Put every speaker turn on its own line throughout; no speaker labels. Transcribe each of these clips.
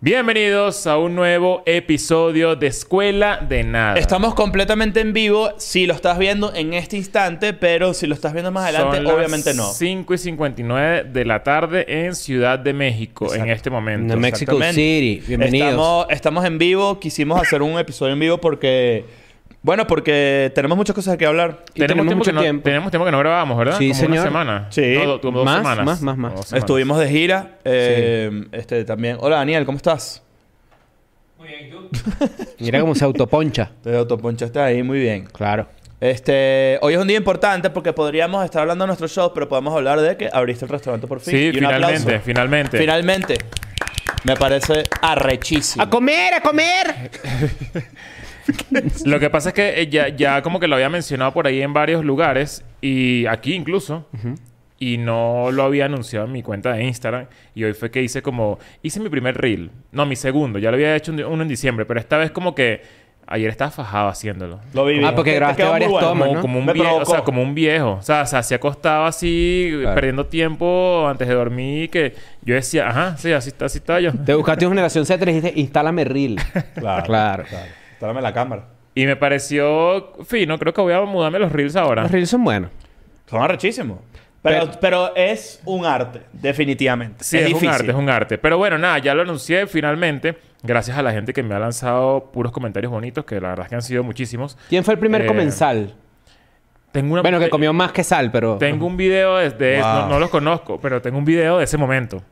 Bienvenidos a un nuevo episodio de Escuela de Nada.
Estamos completamente en vivo si lo estás viendo en este instante, pero si lo estás viendo más adelante,
Son
obviamente no.
las 5 y 59 de la tarde en Ciudad de México en este momento.
En Mexico
exactamente.
City. Bienvenidos.
Estamos, estamos en vivo, quisimos hacer un episodio en vivo porque. Bueno, porque tenemos muchas cosas que hablar.
Y tenemos mucho
que no,
tiempo.
Tenemos tiempo que no grabamos, ¿verdad?
Sí,
como Una
señor.
semana.
Sí.
No, do- como dos
Más,
semanas.
más, más, más.
Como dos semanas.
Estuvimos de gira. eh, Este también. Hola Daniel, ¿cómo estás?
Mira cómo se autoponcha.
Te autoponchaste ahí, muy bien.
Claro.
Este, hoy es un día importante porque podríamos estar hablando de nuestro show, pero podemos hablar de que abriste el restaurante por fin.
Sí,
Y un
finalmente,
aplauso.
finalmente.
Finalmente. Me parece arrechísimo.
¡A comer, a comer!
Lo que pasa es que eh, ya, ya como que lo había mencionado por ahí en varios lugares y aquí incluso. Y no lo había anunciado en mi cuenta de Instagram. Y hoy fue que hice como... Hice mi primer reel. No, mi segundo. Ya lo había hecho un- uno en diciembre. Pero esta vez como que... Ayer estaba fajado haciéndolo.
Lo viví.
Ah, porque
Te- te
grabaste
quedó muy
varias
bueno.
tomas,
Como,
¿no?
como un
Me
viejo, o sea,
provocó.
como un viejo. O sea, o sea, se acostaba así,
Claro.
perdiendo tiempo antes de dormir. Que yo decía, ajá, sí, así está, así está yo.
Te buscaste una generación Z y dijiste, instálame reel.
Claro.
Claro.
Tráeme la cámara.
Y me pareció fino. Creo que voy a mudarme los reels ahora.
Los reels son buenos.
Son arrechísimos. Pero, pero, es un arte, definitivamente.
Sí, es, un arte, es un arte. Pero bueno, nada, ya lo anuncié finalmente. Gracias a la gente que me ha lanzado puros comentarios bonitos, que la verdad es que han sido muchísimos.
¿Quién fue el primer
Eh,
comensal?
Tengo una-
Bueno, que comió más que sal, pero...
Tengo un video desde...
Wow.
No, no los conozco, pero tengo un video de ese momento.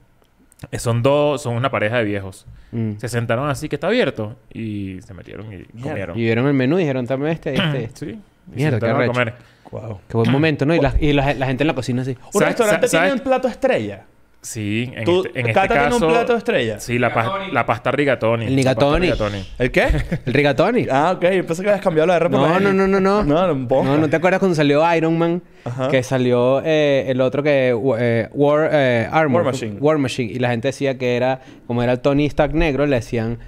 Eh, Son dos... Son una pareja de viejos.
Mm.
Se sentaron así, que está abierto. Y se metieron y comieron. Mm,
Y vieron el menú y dijeron, también este, este,
Sí.
este.
Y se
Mierda, qué
sentaron a
arrecho.
comer.
Wow.
Qué buen momento, ¿no? Y, la, y la- la gente en la cocina así. "Oh,
Un
¿Sabes-
restaurante
sabes-
tiene
sabes?
un plato estrella.
Sí, en
Tú-
este, en este
Cata tiene
caso...
un plato estrella.
Sí, la, pas- la pasta rigatoni.
El
La pasta
rigatoni.
¿El qué?
El rigatoni.
ah, ok. Yo pensé que habías cambiado la R por
No,
la N.
no, no, no, no.
No, no, poca.
no, ¿no te acuerdas cuando salió Iron Man?
Ajá.
Que salió eh, el otro que... eh, War, eh, Armor.
War Machine.
War Machine. Y la gente decía que era... Como era el Tony Stark negro, le decían...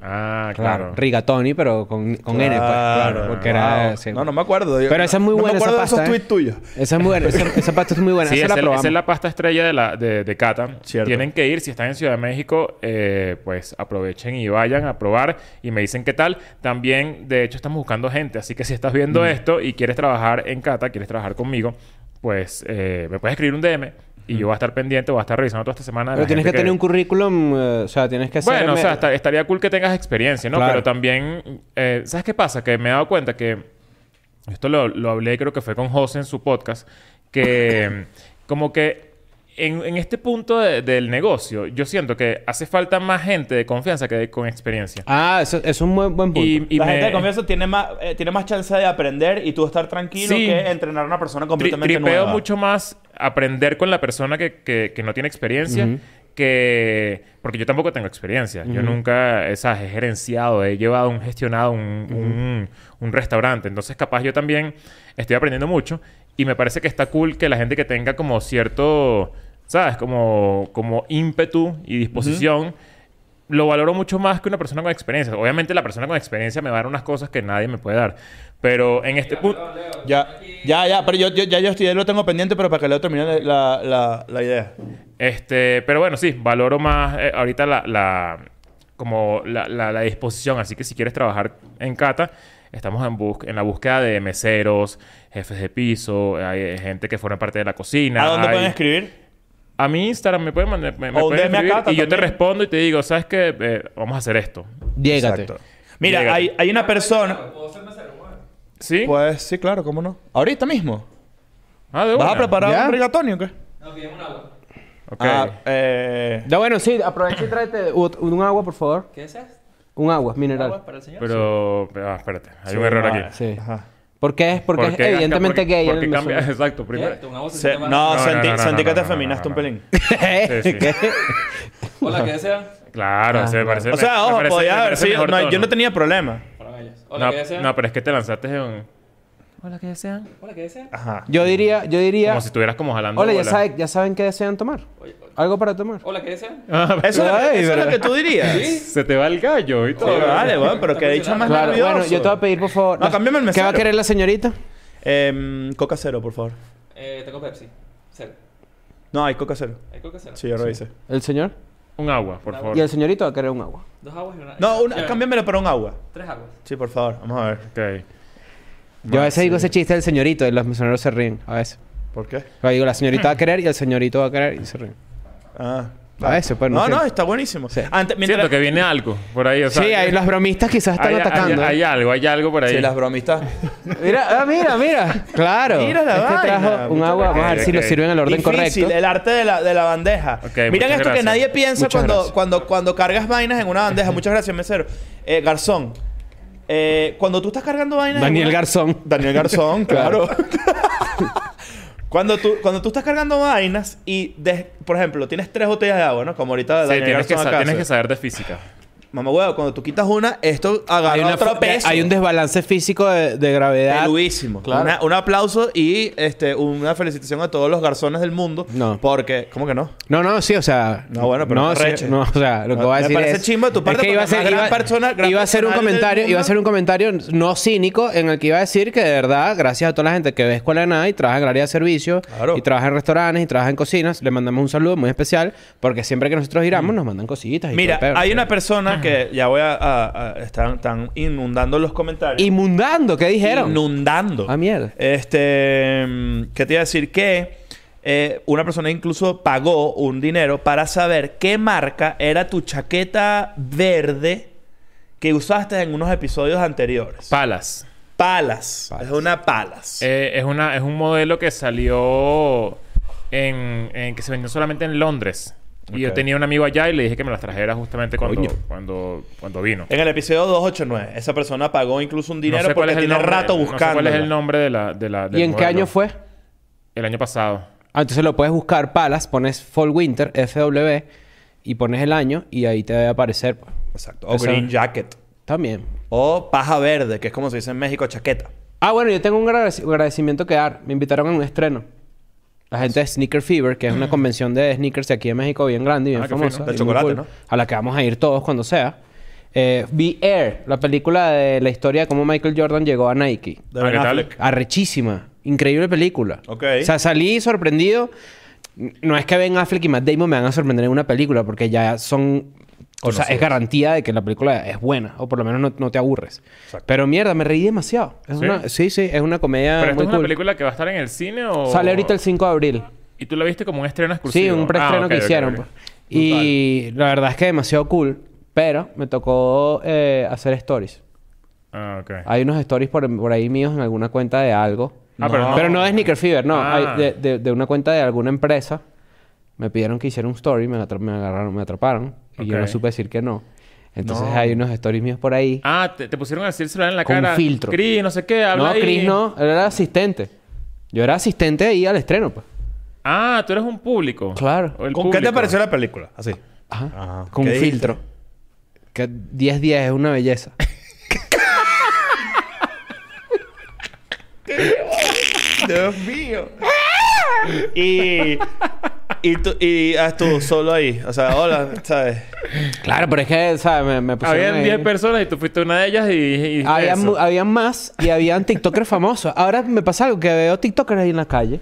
Ah,
Claro.
claro.
Rigatoni, pero con, con N, pues.
Claro,
Porque era...
wow.
sí.
No, no me acuerdo. Yo-
Pero esa es muy buena
No me
esa
acuerdo
pasta.
de esos
¿eh?
tweets tuyos.
Esa es muy buena. Esa, esa pasta es muy buena.
Sí,
esa
esa,
la
es la-
probamos.
esa es la pasta estrella de, la, de, de Cata.
Cierto.
Tienen que ir. Si están en Ciudad de México, eh, pues aprovechen y vayan a probar y me dicen qué tal. También, de hecho, estamos buscando gente. Así que si estás viendo esto y quieres trabajar en Cata, quieres trabajar conmigo, pues eh, me puedes escribir un DM y yo voy a estar pendiente, voy a estar revisando toda esta semana. de
Pero
la
tienes que,
gente
tener un currículum... eh, o sea, tienes que ser...
bueno, o
me-
sea, esta- estaría cool que tengas experiencia, ¿no?
Claro.
Pero también, eh, ¿sabes qué pasa? Que me he dado cuenta que, esto lo, lo hablé creo que fue con José en su podcast, que como que en, en este punto de- del negocio, yo siento que hace falta más gente de confianza que de- con experiencia.
Ah, eso, eso es un buen, buen punto.
Y, y
la
me-
gente de confianza tiene más, eh, tiene más chance de aprender y tú estar tranquilo
Sí.
que entrenar a una persona
tri-
completamente
tripeo
nueva.
mucho más aprender con la persona que, que- que no tiene experiencia que... Porque yo tampoco tengo experiencia. Yo nunca, eh, ¿sabes? He gerenciado, he llevado, un gestionado un, un- un restaurante. Entonces, capaz yo también estoy aprendiendo mucho y me parece que está cool que la gente que tenga como cierto, ¿sabes? Como, como ímpetu y disposición lo valoro mucho más que una persona con experiencia. Obviamente la persona con experiencia me va a dar unas cosas que nadie me puede dar. Pero en este punto...
Ya, ya, ya. Pero yo, yo- ya yo estoy, ya lo tengo pendiente, pero para que Leo termine la- la, la, la idea.
Este, pero bueno, sí, valoro más eh, ahorita la, la- como la, la- la disposición. Así que si quieres trabajar en Cata, estamos en, bus- en la búsqueda de meseros, jefes de piso, hay eh, gente que forma parte de la cocina.
¿A dónde
hay-
pueden escribir?
A mi Instagram me pueden mandar, me, me
O un
pueden
DM a
escribir
Cata
y yo te
también.
respondo y te digo, ¿sabes qué? Eh, vamos a hacer esto.
Llégate.
Exacto. Mira,
Llégate.
hay, hay una persona.
¿Sí?
Pues sí, claro, cómo no. Ahorita mismo.
Ah, de
¿Vas a
una.
preparar
¿Ya?
un rigatoni o qué?
Ok.
Ah, eh,
Ya, bueno, sí, aprovecha y tráete ut- un agua, por favor.
¿Qué deseas?
Un agua mineral.
¿Agua para el señor?
pero... ah, espérate. Hay un error
no,
aquí.
Sí.
Ajá.
Porque es, porque, es
qué-
evidentemente
porque-
gay.
porque
el
cambia-
mesón.
Exacto.
¿Qué?
Primero.
¿Tu agua se
Se-
llama-
no,
no,
sentí,
no, no,
sentí
no,
que te
no,
feminaste
no, no.
un pelín.
Sí, sí.
¿Qué?
Hola, ¿qué desea?
Claro,
Ah,
se me parece...
O
me
sea, ojo,
parece- me
podía haber
parece
sido.
mejor
no,
todo,
yo no tenía problema.
Para bellas. Hola,
No,
¿qué desea?
no, pero es que te lanzaste en... Hola, ¿qué desean?
Hola, ¿qué desea?
Ajá.
Yo diría, yo diría.
Como si estuvieras como jalando
Hola, ya,
bola.
sabe- ya saben qué desean tomar.
Oye, oye.
Algo para tomar.
Oh,
Hola, ¿qué desea?
Ah,
Eso, es lo que- eso
Ay,
es lo
verdad.
que tú dirías.
Se te va el gallo y todo.
Sí, vale, bueno, pero
Está
que he dicho más
Claro,
nervioso.
bueno, yo te voy a pedir, por favor.
No,
la-
cámbiame el
¿Qué va a
mesero.
querer la señorita?
Em, coca cero, por favor.
Eh, tengo Pepsi. Cero.
No, hay coca cero.
¿Hay Coca cero?
Sí, yo lo hice.
¿El señor?
Un agua, por favor.
Y el señorito va a querer un agua.
Dos aguas y una.
No,
Ya,
una, cámbiamelo para un agua.
Tres aguas.
Sí, por favor. Vamos a ver.
Ok.
Yo a veces digo
sí.
ese chiste del señorito y los misioneros se ríen. A veces.
¿Por qué?
Yo digo, la señorita va a querer y el señorito va a querer y se ríen.
Ah.
A veces, pues, no
No,
sé.
no, está buenísimo.
Sí.
Antes, mientras-
Siento que viene algo por ahí. O sea,
sí, ahí los bromistas quizás están
hay- hay-
atacando.
Hay, algo, hay algo por ahí.
¿eh? Sí, las bromistas.
Mira, ah, mira, mira. Claro.
Mira la
este
vaina.
trajo un
Muchas
agua. Vamos a ver
gracias.
si lo
Ok.
sirven en el orden
Difícil,
correcto.
el arte de la, de la bandeja.
Ok,
Miren
muchas
esto que
gracias.
nadie piensa
Muchas
cuando,
gracias.
cuando, cuando cargas vainas en una bandeja. Muchas gracias, mesero. Eh, garzón. eh, cuando tú estás cargando vainas. en
Daniel
una-
Garzón.
Daniel Garzón, claro. cuando, tú, cuando tú estás cargando vainas y, des- por ejemplo, tienes tres botellas de agua, ¿no? Como ahorita
Sí,
Daniel
tienes, que
Garzón
sa-
acá
tienes
hace.
que saber de física.
Mamá huevo, cuando tú quitas una, esto
Hay,
agarra
una
otro
fa-
peso.
hay un desbalance físico de, de gravedad.
Peluísimo.
Claro.
Una- un aplauso y este, una felicitación a todos los garzones del mundo.
No.
Porque, ¿cómo que no?
No, no, sí, o sea.
No, bueno, pero
No,
qué
sí,
reche.
no, o sea, lo que
No,
voy a
me
decir.
parece
es-
chimbo de tu parte
es que iba a
porque
ser,
además
iba,
gran persona- gran
iba a ser un
personal del
comentario,
mundo.
iba a ser un comentario no cínico en el que iba a decir que de verdad, gracias a toda la gente que ve Escuela de Nada y trabaja en el área de servicio,
Claro.
y trabaja en restaurantes y trabaja en cocinas, le mandamos un saludo muy especial porque siempre que nosotros giramos nos mandan cositas. y
Mm. Mira,
todo el pedo,
hay
o sea.
una persona que ya voy a... a- a- están, están inundando los comentarios.
Inmundando, ¿qué dijeron?
Inundando.
Ah, mierda.
Este... mm, ¿Qué te iba a decir? Que eh, una persona incluso pagó un dinero para saber qué marca era tu chaqueta verde que usaste en unos episodios anteriores.
Palas.
palas.
Palas.
Es una palas.
Eh, es, una, es un modelo que salió en, en- que se vendió solamente en Londres. Y yo
Ok.
tenía un amigo allá y le dije que me las trajera justamente cuando,
Coño.
cuando, cuando vino.
En el episodio 289. Esa persona pagó incluso un dinero porque tiene
nombre,
rato
no sé
buscando.
cuál es el nombre de la, de la del
¿Y en qué
modelo.
año fue?
El año pasado.
Ah, entonces lo puedes buscar, Palas, pones Fall Winter, FW, y pones el año y ahí te debe aparecer. pues.
Exacto. O
Esa-
Green Jacket.
También.
O paja verde, que es como se dice en México, chaqueta.
Ah, bueno, yo tengo un agradec- agradecimiento que dar. Me invitaron a un estreno. La gente de Sneaker Fever, que es una convención de sneakers de aquí en México bien grande y bien
Ah, qué fino.
famosa.
De
y muy
chocolate, ¿no?
A la que vamos a ir todos cuando sea. Eh, vi Air, la película de la historia de cómo Michael Jordan llegó a Nike.
De
Ah,
Ben
¿qué tal?
Affleck.
Arrechísima. Increíble película.
Ok.
O sea, salí sorprendido. No es que Ben Affleck y Matt Damon me van a sorprender en una película, porque ya son... O sea, es garantía de que la película es buena, o por lo menos no, no te aburres. Pero mierda, me reí demasiado. Es
¿Sí?
Una, sí, sí, es una comedia
¿Pero esta
Ah, muy
es una
cool.
película que va a estar en el cine o...?
Sale ahorita el 5 de abril.
¿Y tú la viste como un estreno exclusivo?
Sí, un preestreno
Ah, ok,
que
ok,
hicieron.
ok.
pues. Y la verdad es que demasiado cool, pero me tocó eh, hacer stories.
Ah, ok.
Hay unos stories por, por ahí míos en alguna cuenta de algo.
Ah, pero no.
Pero no de Sneaker Fever, no.
Ah.
Hay de, de- de una cuenta de alguna empresa. Me pidieron que hiciera un story, me, atra- me agarraron, me atraparon. Y yo
Ok.
no supe decir que no. Entonces
No.
hay unos stories míos por ahí.
Ah, te, te pusieron a decir el celular en la
Con
cara.
filtro.
Cris, no sé qué, habla
no,
ahí.
Chris no. Él era asistente. Yo era asistente ahí al estreno, pues.
Ah, tú eres un público.
Claro.
O el
¿Con qué te
público.
pareció la película? Así.
Ajá.
Ajá.
Con
¿Qué
un
dijiste?
filtro. Que 10-10 es una belleza.
Dios mío. y... Y tú, y haz tú solo ahí. O sea, hola, ¿sabes?
Claro, pero es que, ¿sabes? Me, me pusieron
Habían
ahí.
10 personas y tú fuiste una de ellas y... y
Habían,
eso.
mu- habían más y habían TikTokers famosos. Ahora me pasa algo que veo TikTokers ahí en la calle.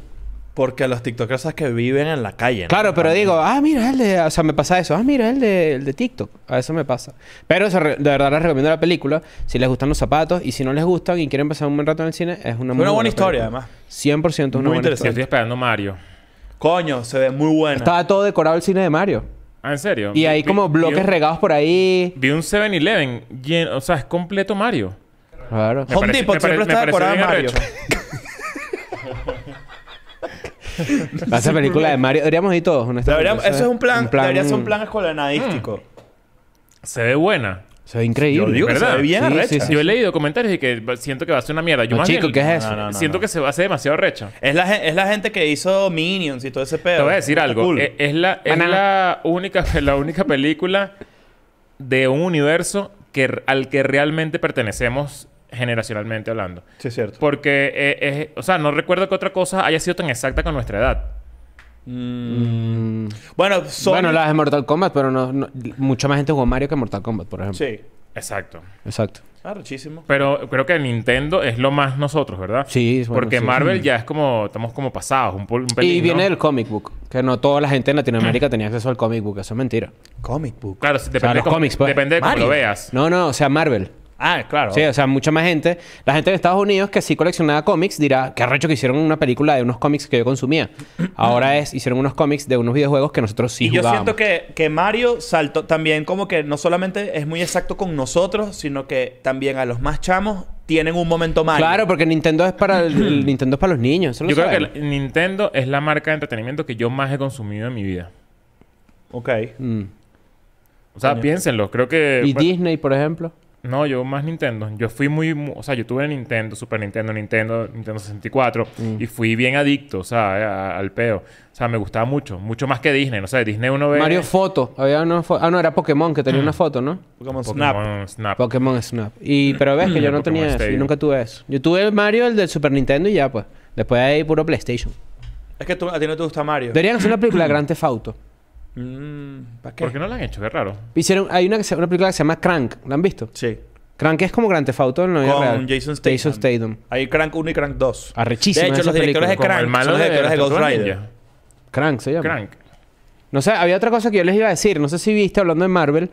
Porque los tiktokers que viven en la calle. ¿no?
Claro, pero digo, ah, mira el de. O sea, me pasa eso. Ah, mira el de, el de TikTok. A eso me pasa. Pero eso, re- de verdad les recomiendo la película. Si les gustan los zapatos y si no les gustan y quieren pasar un buen rato en el cine, es una, muy
buena historia,
película.
además.
100% una
Muy
buena
Sí,
interesante.
interesante.
estoy esperando a Mario.
Coño, se ve muy buena.
Estaba todo decorado el cine de Mario.
Ah, ¿en serio?
Y hay
Vi-
como
vi
bloques
un-
regados por ahí.
Vi un 7-Eleven lleno... O sea, es completo Mario.
Claro.
Home Depot
me pare-
siempre
me pareció
está decorado
bien
Mario.
arrecho.
Esa película de Mario. Deberíamos ir todos, honestamente.
Deberíamos- eso es un plan, Debería ser un plan escolanadístico.
Se ve buena.
Se ve increíble.
Yo digo que se
¿Verdad?
ve bien
Sí,
arrecha.
sí, sí.
Yo he leído comentarios y que va- siento que va a ser una mierda. Yo
No,
más
chico,
bien-
¿qué es eso?
No, no, no,
siento
no.
que se va a hacer demasiado recha.
Es la, gen- es la gente que hizo Minions y todo ese pedo.
Te voy a decir algo.
Cool.
E- Es, la, es
Maná.
la única, la única película de un universo que, r- al que realmente pertenecemos generacionalmente hablando.
sí, es cierto.
Porque, eh, es, o sea, no recuerdo que otra cosa haya sido tan exacta con nuestra edad.
Mm.
Bueno, Sony...
Bueno, las de Mortal Kombat, pero no, no- mucha más gente jugó Mario que Mortal Kombat, por ejemplo.
Sí.
Exacto.
Exacto.
Ah, richísimo.
Pero creo que Nintendo es lo más nosotros, ¿verdad?
Sí, bueno,
Porque
sí.
Marvel ya es como... Estamos como pasados un, pol- un pelín,
y viene
Pues, ¿no? Ah.
del comic book. Que no toda la gente en Latinoamérica tenía acceso al comic book. Eso es mentira.
Comic book.
Claro, sí, depende,
los
cómo-
cómics, pues.
depende de cómo lo
Mario.
veas.
No, no, o sea, Marvel.
Ah, claro.
Sí, o sea, mucha más gente. La gente en Estados Unidos que sí coleccionaba cómics dirá, qué arrecho que hicieron una película de unos cómics que yo consumía. Ahora es, hicieron unos cómics de unos videojuegos que nosotros
y
sí
yo
jugábamos.
siento que, que Mario saltó también como que no solamente es muy exacto con nosotros, sino que también a los más chamos tienen un momento Mario.
Claro, porque Nintendo es para el, el Nintendo es para los niños. Eso lo
Yo creo que
saben.
la- Nintendo es la marca de entretenimiento que yo más he consumido en mi vida.
Ok.
Mm.
O sea,
Coño.
piénsenlo. Creo que...
Y
Eh, bueno,
Disney, por ejemplo.
No, yo más Nintendo. Yo fui muy, mu- O sea, yo tuve Nintendo, Super Nintendo, Nintendo, Nintendo 64.
Mm.
Y fui bien adicto, o sea, eh, a- al peo. O sea, me gustaba mucho. Mucho más que Disney. No sé, Disney uno ve...
Mario Foto. Había una fo- ah, no, era Pokémon que tenía una foto, ¿no?
Pokémon Snap.
Pokémon Snap.
Pokémon Snap. Y, pero ves que yo no
Pokémon
tenía eso. Yo
Stadium.
nunca tuve eso. Yo tuve el Mario, el del Super Nintendo y ya, pues. Después de ahí, puro PlayStation.
Es que tú, a ti no te gusta Mario.
Deberían hacer una película de Grand Theft Auto.
¿Para qué?
¿Por qué no lo han hecho? Qué raro.
Hicieron, hay una, que se- una película que se llama Crank. ¿La han visto?
Sí.
Crank es como Grand Theft Auto en la vida
Con
real.
Jason Statham.
Jason Statham.
Hay Crank 1 y Crank 2.
Arrechísima
De hecho,
esa
los directores de
película.
Como el
Crank son
malo
los
de,
directores de
Tortuga
Ghost Rider.
Ninja.
Crank se llama.
Crank.
No sé, había otra cosa que yo les iba a decir. No sé si viste, hablando de Marvel,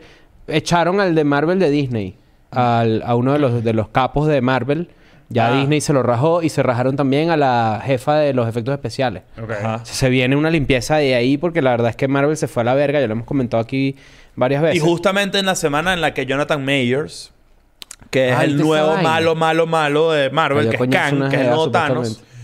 echaron al de Marvel de Disney. Al, a uno de los, de los capos de Marvel. Ya
Ah.
Disney se lo rajó y se rajaron también a la jefa de los efectos especiales.
Ok.
Ajá.
Se viene una limpieza de ahí porque la verdad es que Marvel se fue a la verga. Ya lo hemos comentado aquí varias
Y
veces.
justamente en la semana en la que Jonathan Mayers, que es
Ah,
el
¿viste esa
nuevo
vaina?
malo, malo, malo de Marvel,
Cayó
que es
coñazo
Kang,
una
que es el
jeva,
nuevo Thanos,
supuestamente.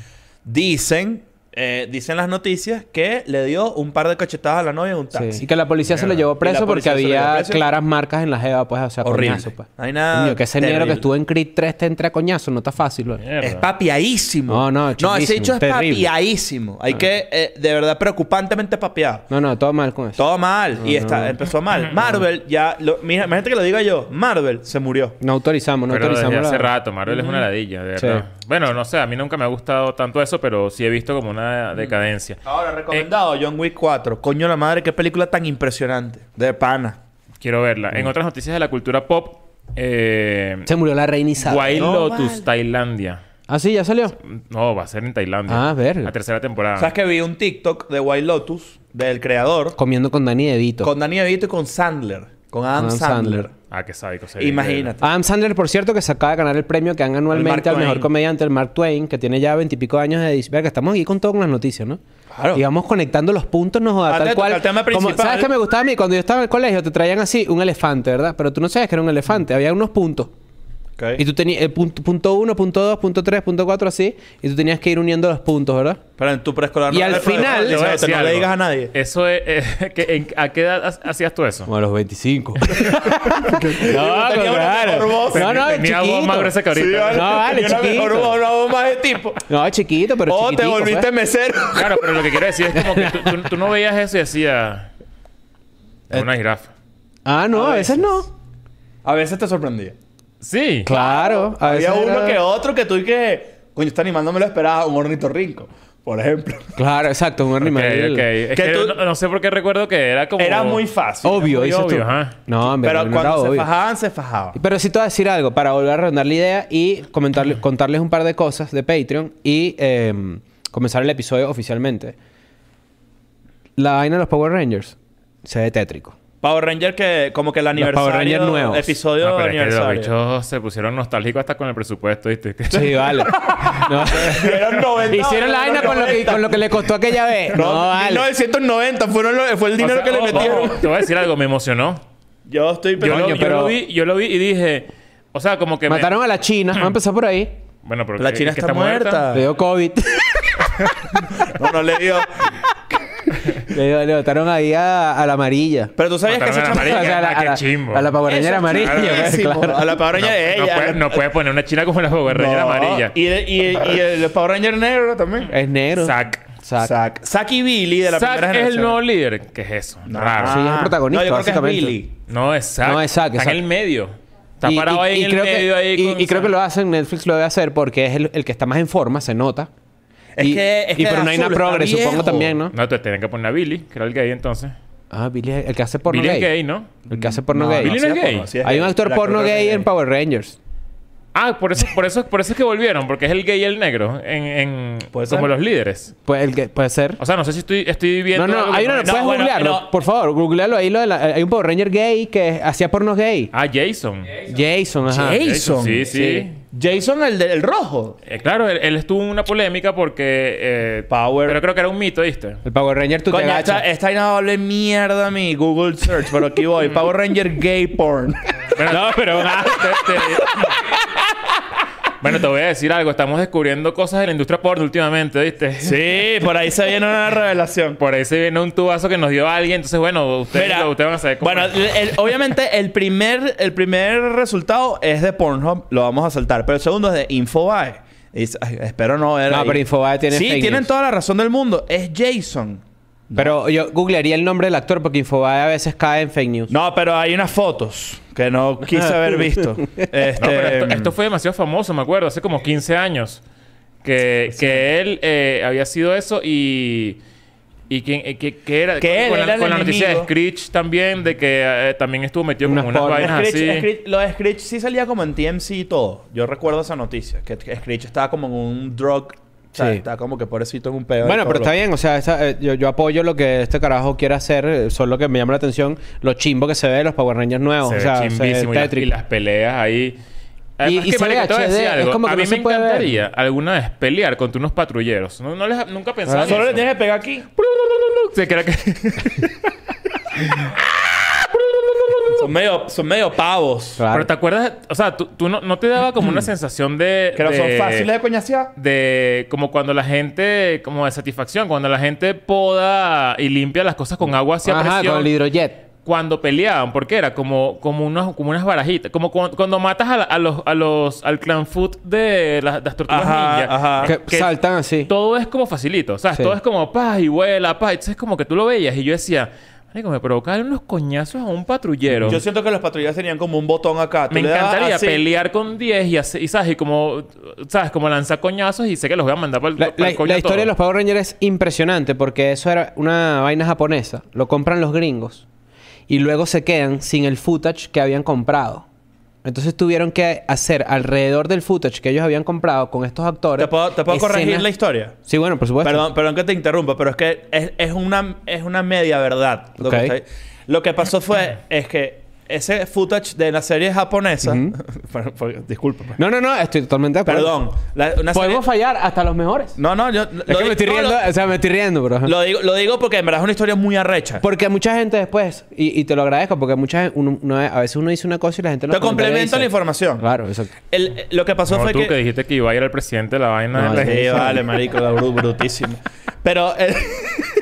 dicen, eh, dicen las noticias que le dio un par de cachetadas a la novia en un
Sí.
taxi.
Y que la policía se lo
Mierda.
llevó
Y la
preso porque
policía se lo llevó
había
preso.
claras marcas en la jeva, pues, o sea,
Horrible.
coñazo, pues.
No hay nada
Coño, que ese negro
terrible.
que estuvo en Creed 3 te entra a coñazo, no está fácil, bro.
Mierda.
Es papiadísimo.
No, no,
No, ese
chimísimo,
hecho es
terrible. Ah.
papiadísimo. Hay que, eh, de verdad, preocupantemente papiado.
No, no, todo mal con eso.
Todo mal.
Ah,
y está, empezó mal. Marvel ya... Lo, mira, imagínate que lo diga yo. Marvel se murió.
No autorizamos, no
Pero
autorizamos.
desde
la-
hace rato, Marvel es una ladilla, de
Sí.
verdad. Bueno, no sé, a mí nunca me ha gustado tanto eso, pero sí he visto como una decadencia.
Ahora, recomendado Eh. John Wick 4. Coño la madre, qué película tan impresionante. De pana.
Quiero verla. En otras noticias de la cultura pop, eh,
Mm. Se murió la reina Isabel.
Wild
No,
Lotus,
vale.
Tailandia.
Ah, sí, ya salió.
No, va a ser en Tailandia.
Ah, verga.
La tercera temporada.
¿Sabes que vi un TikTok de White Lotus, del creador,
Comiendo con Danny DeVito.
con Danny DeVito y con Sandler? Con Adam,
Adam
Sandler.
Sandler. Ah,
Ah, qué sádico. sería increíble.
Imagínate.
Adam Sandler, por cierto, que se acaba de ganar el premio que dan anualmente
Mark
al mejor
Twain.
comediante, el Mark Twain, que tiene ya veintipico años de... Verga, estamos aquí con todo con las noticias, ¿no?
Claro.
Y vamos conectando los puntos, nos joda,
Antes de
tal cual.
tocar el tema
Como,
principal-
¿Sabes qué me gustaba a mí? Cuando yo estaba en el colegio te traían así un elefante, ¿verdad? Pero tú no sabes que era un elefante. Había unos puntos.
Ok.
Y tú tenías... el punto, punto uno, punto dos, punto tres, punto cuatro, así. Y tú tenías que ir uniendo los puntos, ¿verdad?
Pero en tu preescolar
Y al
le-
final-
Te
no,
voy a
no,
decir
no le
algo.
digas a nadie.
Eso es... eh, que- en- ¿A qué edad ha- hacías tú eso?
Como a los 25. no,
una
claro.
mejor voz.
No, no,
Tenía voz más gruesa
chiquito.
que ahorita.
Sí, vale.
No, vale,
Yo la
chiquito.
mejor voz, una voz más de tipo.
No, chiquito, pero
O Oh, te
chiquitico, pues.
volviste mesero.
Claro, pero lo que quiero decir es como que tú, tú- tú no veías eso y decías...
Eh,
"Es Una jirafa.
Ah, no, a veces, no.
A veces te sorprendía.
Sí.
Claro. A veces
Había uno
era-
que otro que tú y que... Coño, este animal no me lo esperaba. Un ornitorrinco, por ejemplo.
Claro, exacto, un
Ok,
animal.
ok. Es
Que
que
tú-
no, no sé por qué recuerdo que era como...
Era muy fácil.
Obvio,
muy
dices tú.
obvio, ajá.
No, hombre,
Pero
no era
cuando se
obvio.
fajaban, se fajaban.
Pero sí te voy a decir algo para volver a redondar la idea y comentarle- contarles un par de cosas de Patreon y eh, comenzar el episodio oficialmente. La vaina de los Power Rangers se ve tétrico.
Power Ranger que como que el aniversario
Power Rangers nuevos.
episodio
No, Ah, pero es que los
aniversario.
bichos se pusieron nostálgicos hasta con el presupuesto, ¿viste?
Sí, vale. No.
Eran 90,
Hicieron la vaina con lo, que, con lo que le costó aquella vez. No,
No,
vale.
1990 fueron lo- fue el dinero
O sea,
que le
ojo,
metieron.
ojo, te voy a decir algo, me emocionó.
Yo estoy
Yo, lo,
Coño,
yo
pero-
lo vi, yo lo vi y dije, o sea, como que me-
Mataron a la China. Vamos a empezar por ahí.
Bueno, pero
La
que-
China
que
está muerta.
Le dio COVID.
No, no le digo.
le, dio- le botaron ahí a, a la amarilla.
Pero tú sabías que ese
Mataron a la Marica,
chamo...
O sea, a la-
ah,
a
qué
la-
chimbo.
a la Power Ranger
Eso es
amarilla, pues,
chimísimo.
claro.
A la Power Ranger de
No,
ella.
puede, no puede poner una china como la Power
No.
Ranger amarilla.
Y, de- y, y el Power Ranger negro también.
Es negro.
Zack.
Zack.
Zack. Zack y Billy de la
Zack
primera
es el
generación. Ah.
nuevo líder. ¿Qué es eso? Raro.
Ah, Sí, es el protagonista,
No, yo creo que es
básicamente.
Billy.
No es Zack.
No es Zack,
Está
exacto.
en el medio. Está parado ahí en el medio.
que,
ahí
y-
con
y creo
Zack.
que lo hacen, Netflix lo debe hacer porque es el, el que está más en forma, se nota.
Es
y,
que- es
y
que
por una
azul,
vaina
está
progre, supongo
viejo.
también, ¿no?
No, te tienen que poner a Billy, que era el gay entonces.
Ah, Billy es el que hace porno
Billy
gay.
es gay, ¿no?
El que hace porno gay.
Billy no
sí
es gay.
porno, sí
Hay un actor
El
porno
es
gay en Power Rangers.
Ah, por eso, por eso, por eso es que volvieron, porque es el gay y el negro en, en
Puede
como
ser.
los líderes.
Puede, Pues, el que- puede ser.
O sea, no sé si estoy, estoy viendo.
No, no,
algo que
hay una,
es-
no-
puedes
bueno,
googlearlo.
no.
Por favor, googlealo ahí. Lo de la- hay un Power Ranger gay que hacía pornos gay.
Ah, Jason.
Jason, ajá.
Jason.
Sí, sí.
Jason, el del el rojo.
Eh, claro, él, él estuvo en una polémica porque. eh,
Power.
Pero creo que era un mito, ¿viste?
El Power Ranger tú te
Coño,
agachas.
esta, esta vaina va a valer mierda a mi Google search, pero aquí voy. Power Ranger gay porn.
Bueno, no, pero.
ah,
te- te- Bueno, te voy a decir algo. Estamos descubriendo cosas de la industria porno últimamente, ¿viste?
Sí, por ahí se viene una revelación.
Por ahí se viene un tubazo que nos dio alguien. Entonces, bueno, ustedes,
Mira,
lo- ustedes van a saber cómo.
Bueno, el- el- obviamente el primer, el primer resultado es de Pornhub, lo vamos a saltar. Pero el segundo es de Infobae. Es- ay, espero no ver.
No,
ahí.
pero Infobae tiene
Sí,
fake
tienen
news.
toda la razón del mundo. Es Jason.
Pero yo googlearía el nombre del actor porque Infobae a veces cae en fake news.
No, pero hay unas fotos que no quise haber visto. Este,
No, pero esto, esto fue demasiado famoso, me acuerdo, hace como 15 años. Que, que él eh, había sido eso y. ¿Y quién, eh, que, que era?
Que
con,
él
con
era
la,
el
con la noticia de
enemigo.
Screech también, de que eh, también estuvo metido con
Unas
unas
porno.
vainas así.
Screech- Screech- lo de Screech sí salía como en TMC y todo. Yo recuerdo esa noticia. Que Screech estaba como en un drug. O sea,
Sí.
Estaba como que pobrecito en un pedo. y
Bueno,
todo
pero está
loco.
bien, o sea, esta- eh, yo, yo apoyo lo que este carajo quiere hacer, eh, solo que me llama la atención lo chimbo que se ve de los Power Rangers nuevos,
Se
o
ve
sea, se ve
chimbísimo y las- y,
tétrico.
las peleas ahí. Además
y
que,
se ve
marico, te voy a
HD,
decir
es
algo.
como que
a
no
mí
se
me
puede ver.
encantaría alguna vez pelear contra unos patrulleros. No, no les, nunca pensaba en
Solo le
eso.
tienes que pegar aquí.
Se crea que...
Son medio, son medio pavos.
Claro.
Pero te acuerdas, o sea, tú, tú no, no te daba como una sensación de...
Que no son
de-
fáciles de coñasear.
de como cuando la gente como de satisfacción cuando la gente poda y limpia las cosas con agua hacia
Ajá,
presión
con el hidrojet.
cuando peleaban porque era como como unos como unas barajitas como cuan- cuando, matas a, la- a los a los al clan food de las, las tortugas
Ajá,
ninja
ajá.
Ah, que-
Que, saltan así.
todo es como facilito o sea
Sí.
todo es como paz y vuela paz entonces como que tú lo veías y yo decía Marico, me provocaron unos coñazos a un patrullero
Yo siento que los patrulleros tenían como un botón acá. Tú
me
le dabas
encantaría
así.
pelear con 10 y, hace- y, ¿sabes? Y como, ¿sabes? Como lanzar coñazos y sé que los voy a mandar para el,
La, la- la historia
los
de los Power Rangers es impresionante porque eso era una vaina japonesa. Lo compran los gringos y luego se quedan sin el footage que habían comprado. Entonces tuvieron que hacer alrededor del footage que ellos habían comprado con estos actores.
¿Te puedo, te puedo corregir
escenas-
la historia?
Sí, bueno, por supuesto.
Perdón, perdón que te interrumpa, pero es que es, es una, es una media verdad. Lo,
Ok.
que está ahí. Lo que pasó fue es que ese footage de la serie japonesa. Fue- fue- disculpa. pues.
No, no, no, estoy totalmente de acuerdo.
Perdón. la- una serie-
Podemos fallar hasta los mejores.
No, no, yo.
es que me estoy riendo, o sea, me estoy riendo, bro.
lo, digo, lo digo porque en verdad es una historia muy arrecha.
Porque mucha gente después, y, y te lo agradezco, porque mucha gen- uno- uno- a veces uno dice una cosa y la gente lo
Te complemento la información.
Claro, exacto.
El- lo que pasó
Como
fue
tú que...
que.
dijiste que iba a ir al presidente de la vaina.
No,
de la-
Sí, vale, marico, la bru- brutísimo. Pero, eh,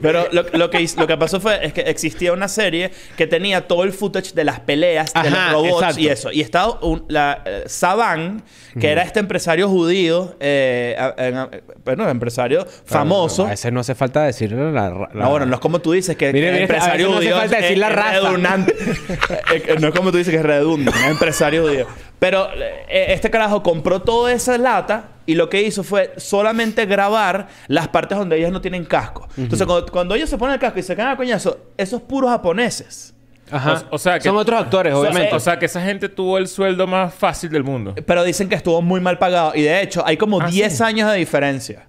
pero lo, lo que, hiz- lo que pasó fue es que existía una serie que tenía todo el footage de las peleas, de los
Ajá,
robots
exacto.
y eso. Y estaba un- la eh, Saban, que era este empresario judío, eh, a- en- a- bueno, empresario famoso.
A veces no hace falta decirle la... la-
No, bueno, no es como tú dices que
Mire,
que
mire,
empresario
a veces no hace
judío
falta
es-
decir la
es
raza.
redundante. Eh, eh, no es como tú dices que es redundante, es empresario judío. Pero eh, este carajo compró toda esa lata y lo que hizo fue solamente grabar las partes donde ellas no tienen casco. Entonces, cuando, cuando ellos se ponen el casco y se caen a coñazo, esos puros japoneses.
Ajá.
O- o sea que-
Son otros actores,
sea,
obviamente.
O sea, que esa gente tuvo el sueldo más fácil del mundo.
Eh,
Pero dicen que estuvo muy mal pagado y de hecho hay como
Ah,
10
sí.
años de diferencia.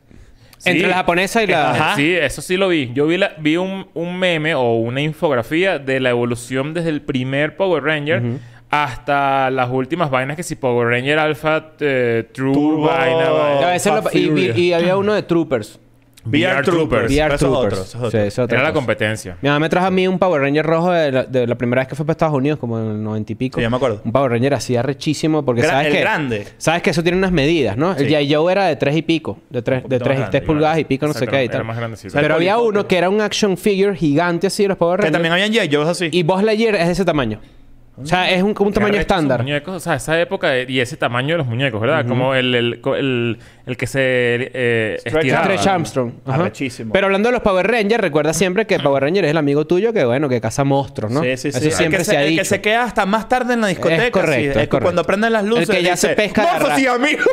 Entre
Sí.
la japonesa y la...
Ajá.
Sí, eso sí lo vi. Yo vi, la- vi un, un meme o una infografía de la evolución desde el primer Power Ranger hasta las últimas vainas que si Power Ranger Alpha, eh, True,
Turbo.
vaina, vaina.
Y a veces lo-
Fast
y, vi-
Furious.
y había uno de Troopers.
VR Troopers. Eso
VR
es otro,
Troopers.
eso es otro.
Sí, eso es otra
Era la
cosa.
competencia.
Mi mamá me trajo a mí un Power Ranger rojo de la, de la primera vez que fue para Estados Unidos, como en el noventa y pico.
Sí, ya me acuerdo.
Un Power Ranger así arrechísimo porque
Gra-
sabes
el
que...
grande.
Sabes que eso tiene unas medidas, ¿no? El
Sí.
G.I. Joe era de tres y pico. De tres, de
poquito
tres,
más
tres
grande,
pulgadas y pico, no sé
Exacto,
qué y
era
tal.
más grandecito.
Pero había
Politoque.
uno que era un action figure gigante así de los Power
Que
Rangers.
también habían G.I. Joes así.
Y Buzz Lightyear es de ese tamaño. O sea, es un, como un tamaño
Arrecho esos
estándar.
Muñecos, o sea, esa época de- y ese tamaño de los muñecos, ¿verdad? Como el, el, co- el, el que se eh,
Stretch
estiraba.
Stretch Armstrong. Ajá.
Arrechísimo.
Pero hablando de los Power Rangers, recuerda siempre que Power Ranger es el amigo tuyo que, bueno, que caza monstruos, ¿no?
Sí, sí, sí.
Eso
El
siempre
que
se, ha
el
dicho.
que se queda hasta más tarde en la discoteca. sí.
correcto, es
que Cuando
correcto.
prenden las luces.
El que ya se pesca de
¡Mofos y
raza".
amigos!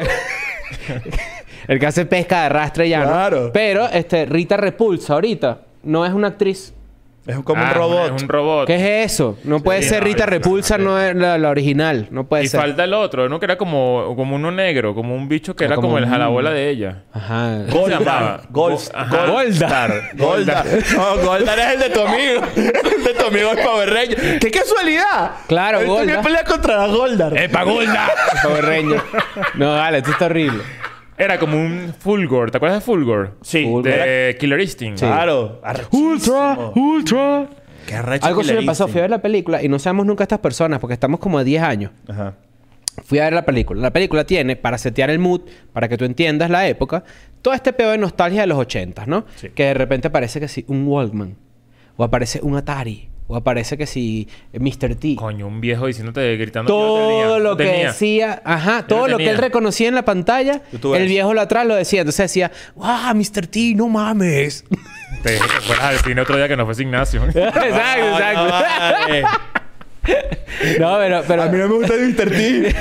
El que hace pesca de arrastre ya, ¿no?
Claro.
Pero, este, Rita Repulsa ahorita no es una actriz.
Es como
Ah,
un
es
robot.
Es un robot.
¿Qué es eso? No puede
Sí,
ser
no,
Rita
no,
Repulsa,
no,
no es la, la original. No puede
Y
ser.
falta el otro, ¿no? Que era como, como uno negro, como un bicho que
Ah,
era
como
como, el
un-
jalabola de ella.
Ajá.
se llamaba?
Goldar. Gold-
Ajá.
Gold-
Goldar.
Goldar. No, Goldar es el de tu amigo. El de tu amigo es Power Ranger. ¡Qué casualidad!
Claro,
Él
Goldar.
también pelea contra la Goldar.
¡Epa, gorda!
Powerreño. No, dale, esto está horrible.
Era como un Fulgor. ¿Te acuerdas de Fulgor?
Sí.
De Killer Instinct. Ah,
Claro.
Ultra, ultra.
Qué arrecho
Algo se me
Killer
pasó.
Instinct.
Fui a ver la película y no sabemos nunca estas personas porque estamos como a 10 años.
Ajá.
Fui a ver la película. La película tiene, para setear el mood, para que tú entiendas la época, todo este pedo de nostalgia de los 80, ¿no? Que de repente aparece que sí, un Walkman. O aparece un Atari. O aparece que sí, Mr. T.
Coño, un viejo diciéndote, gritando.
Todo lo que
decía.
decía, ajá, todo
lo
lo que
tenía.
él reconocía en la pantalla,
Yo tuve
el
eso.
viejo lo atrás lo decía. Entonces decía, ¡Ah, Mr. T, no mames!
Te dije que fueras al cine otro día que no fuese Ignacio.
exacto,
No, Ah, no,
exacto.
vale.
No, pero, pero,
A mí no me gusta el Mr. T.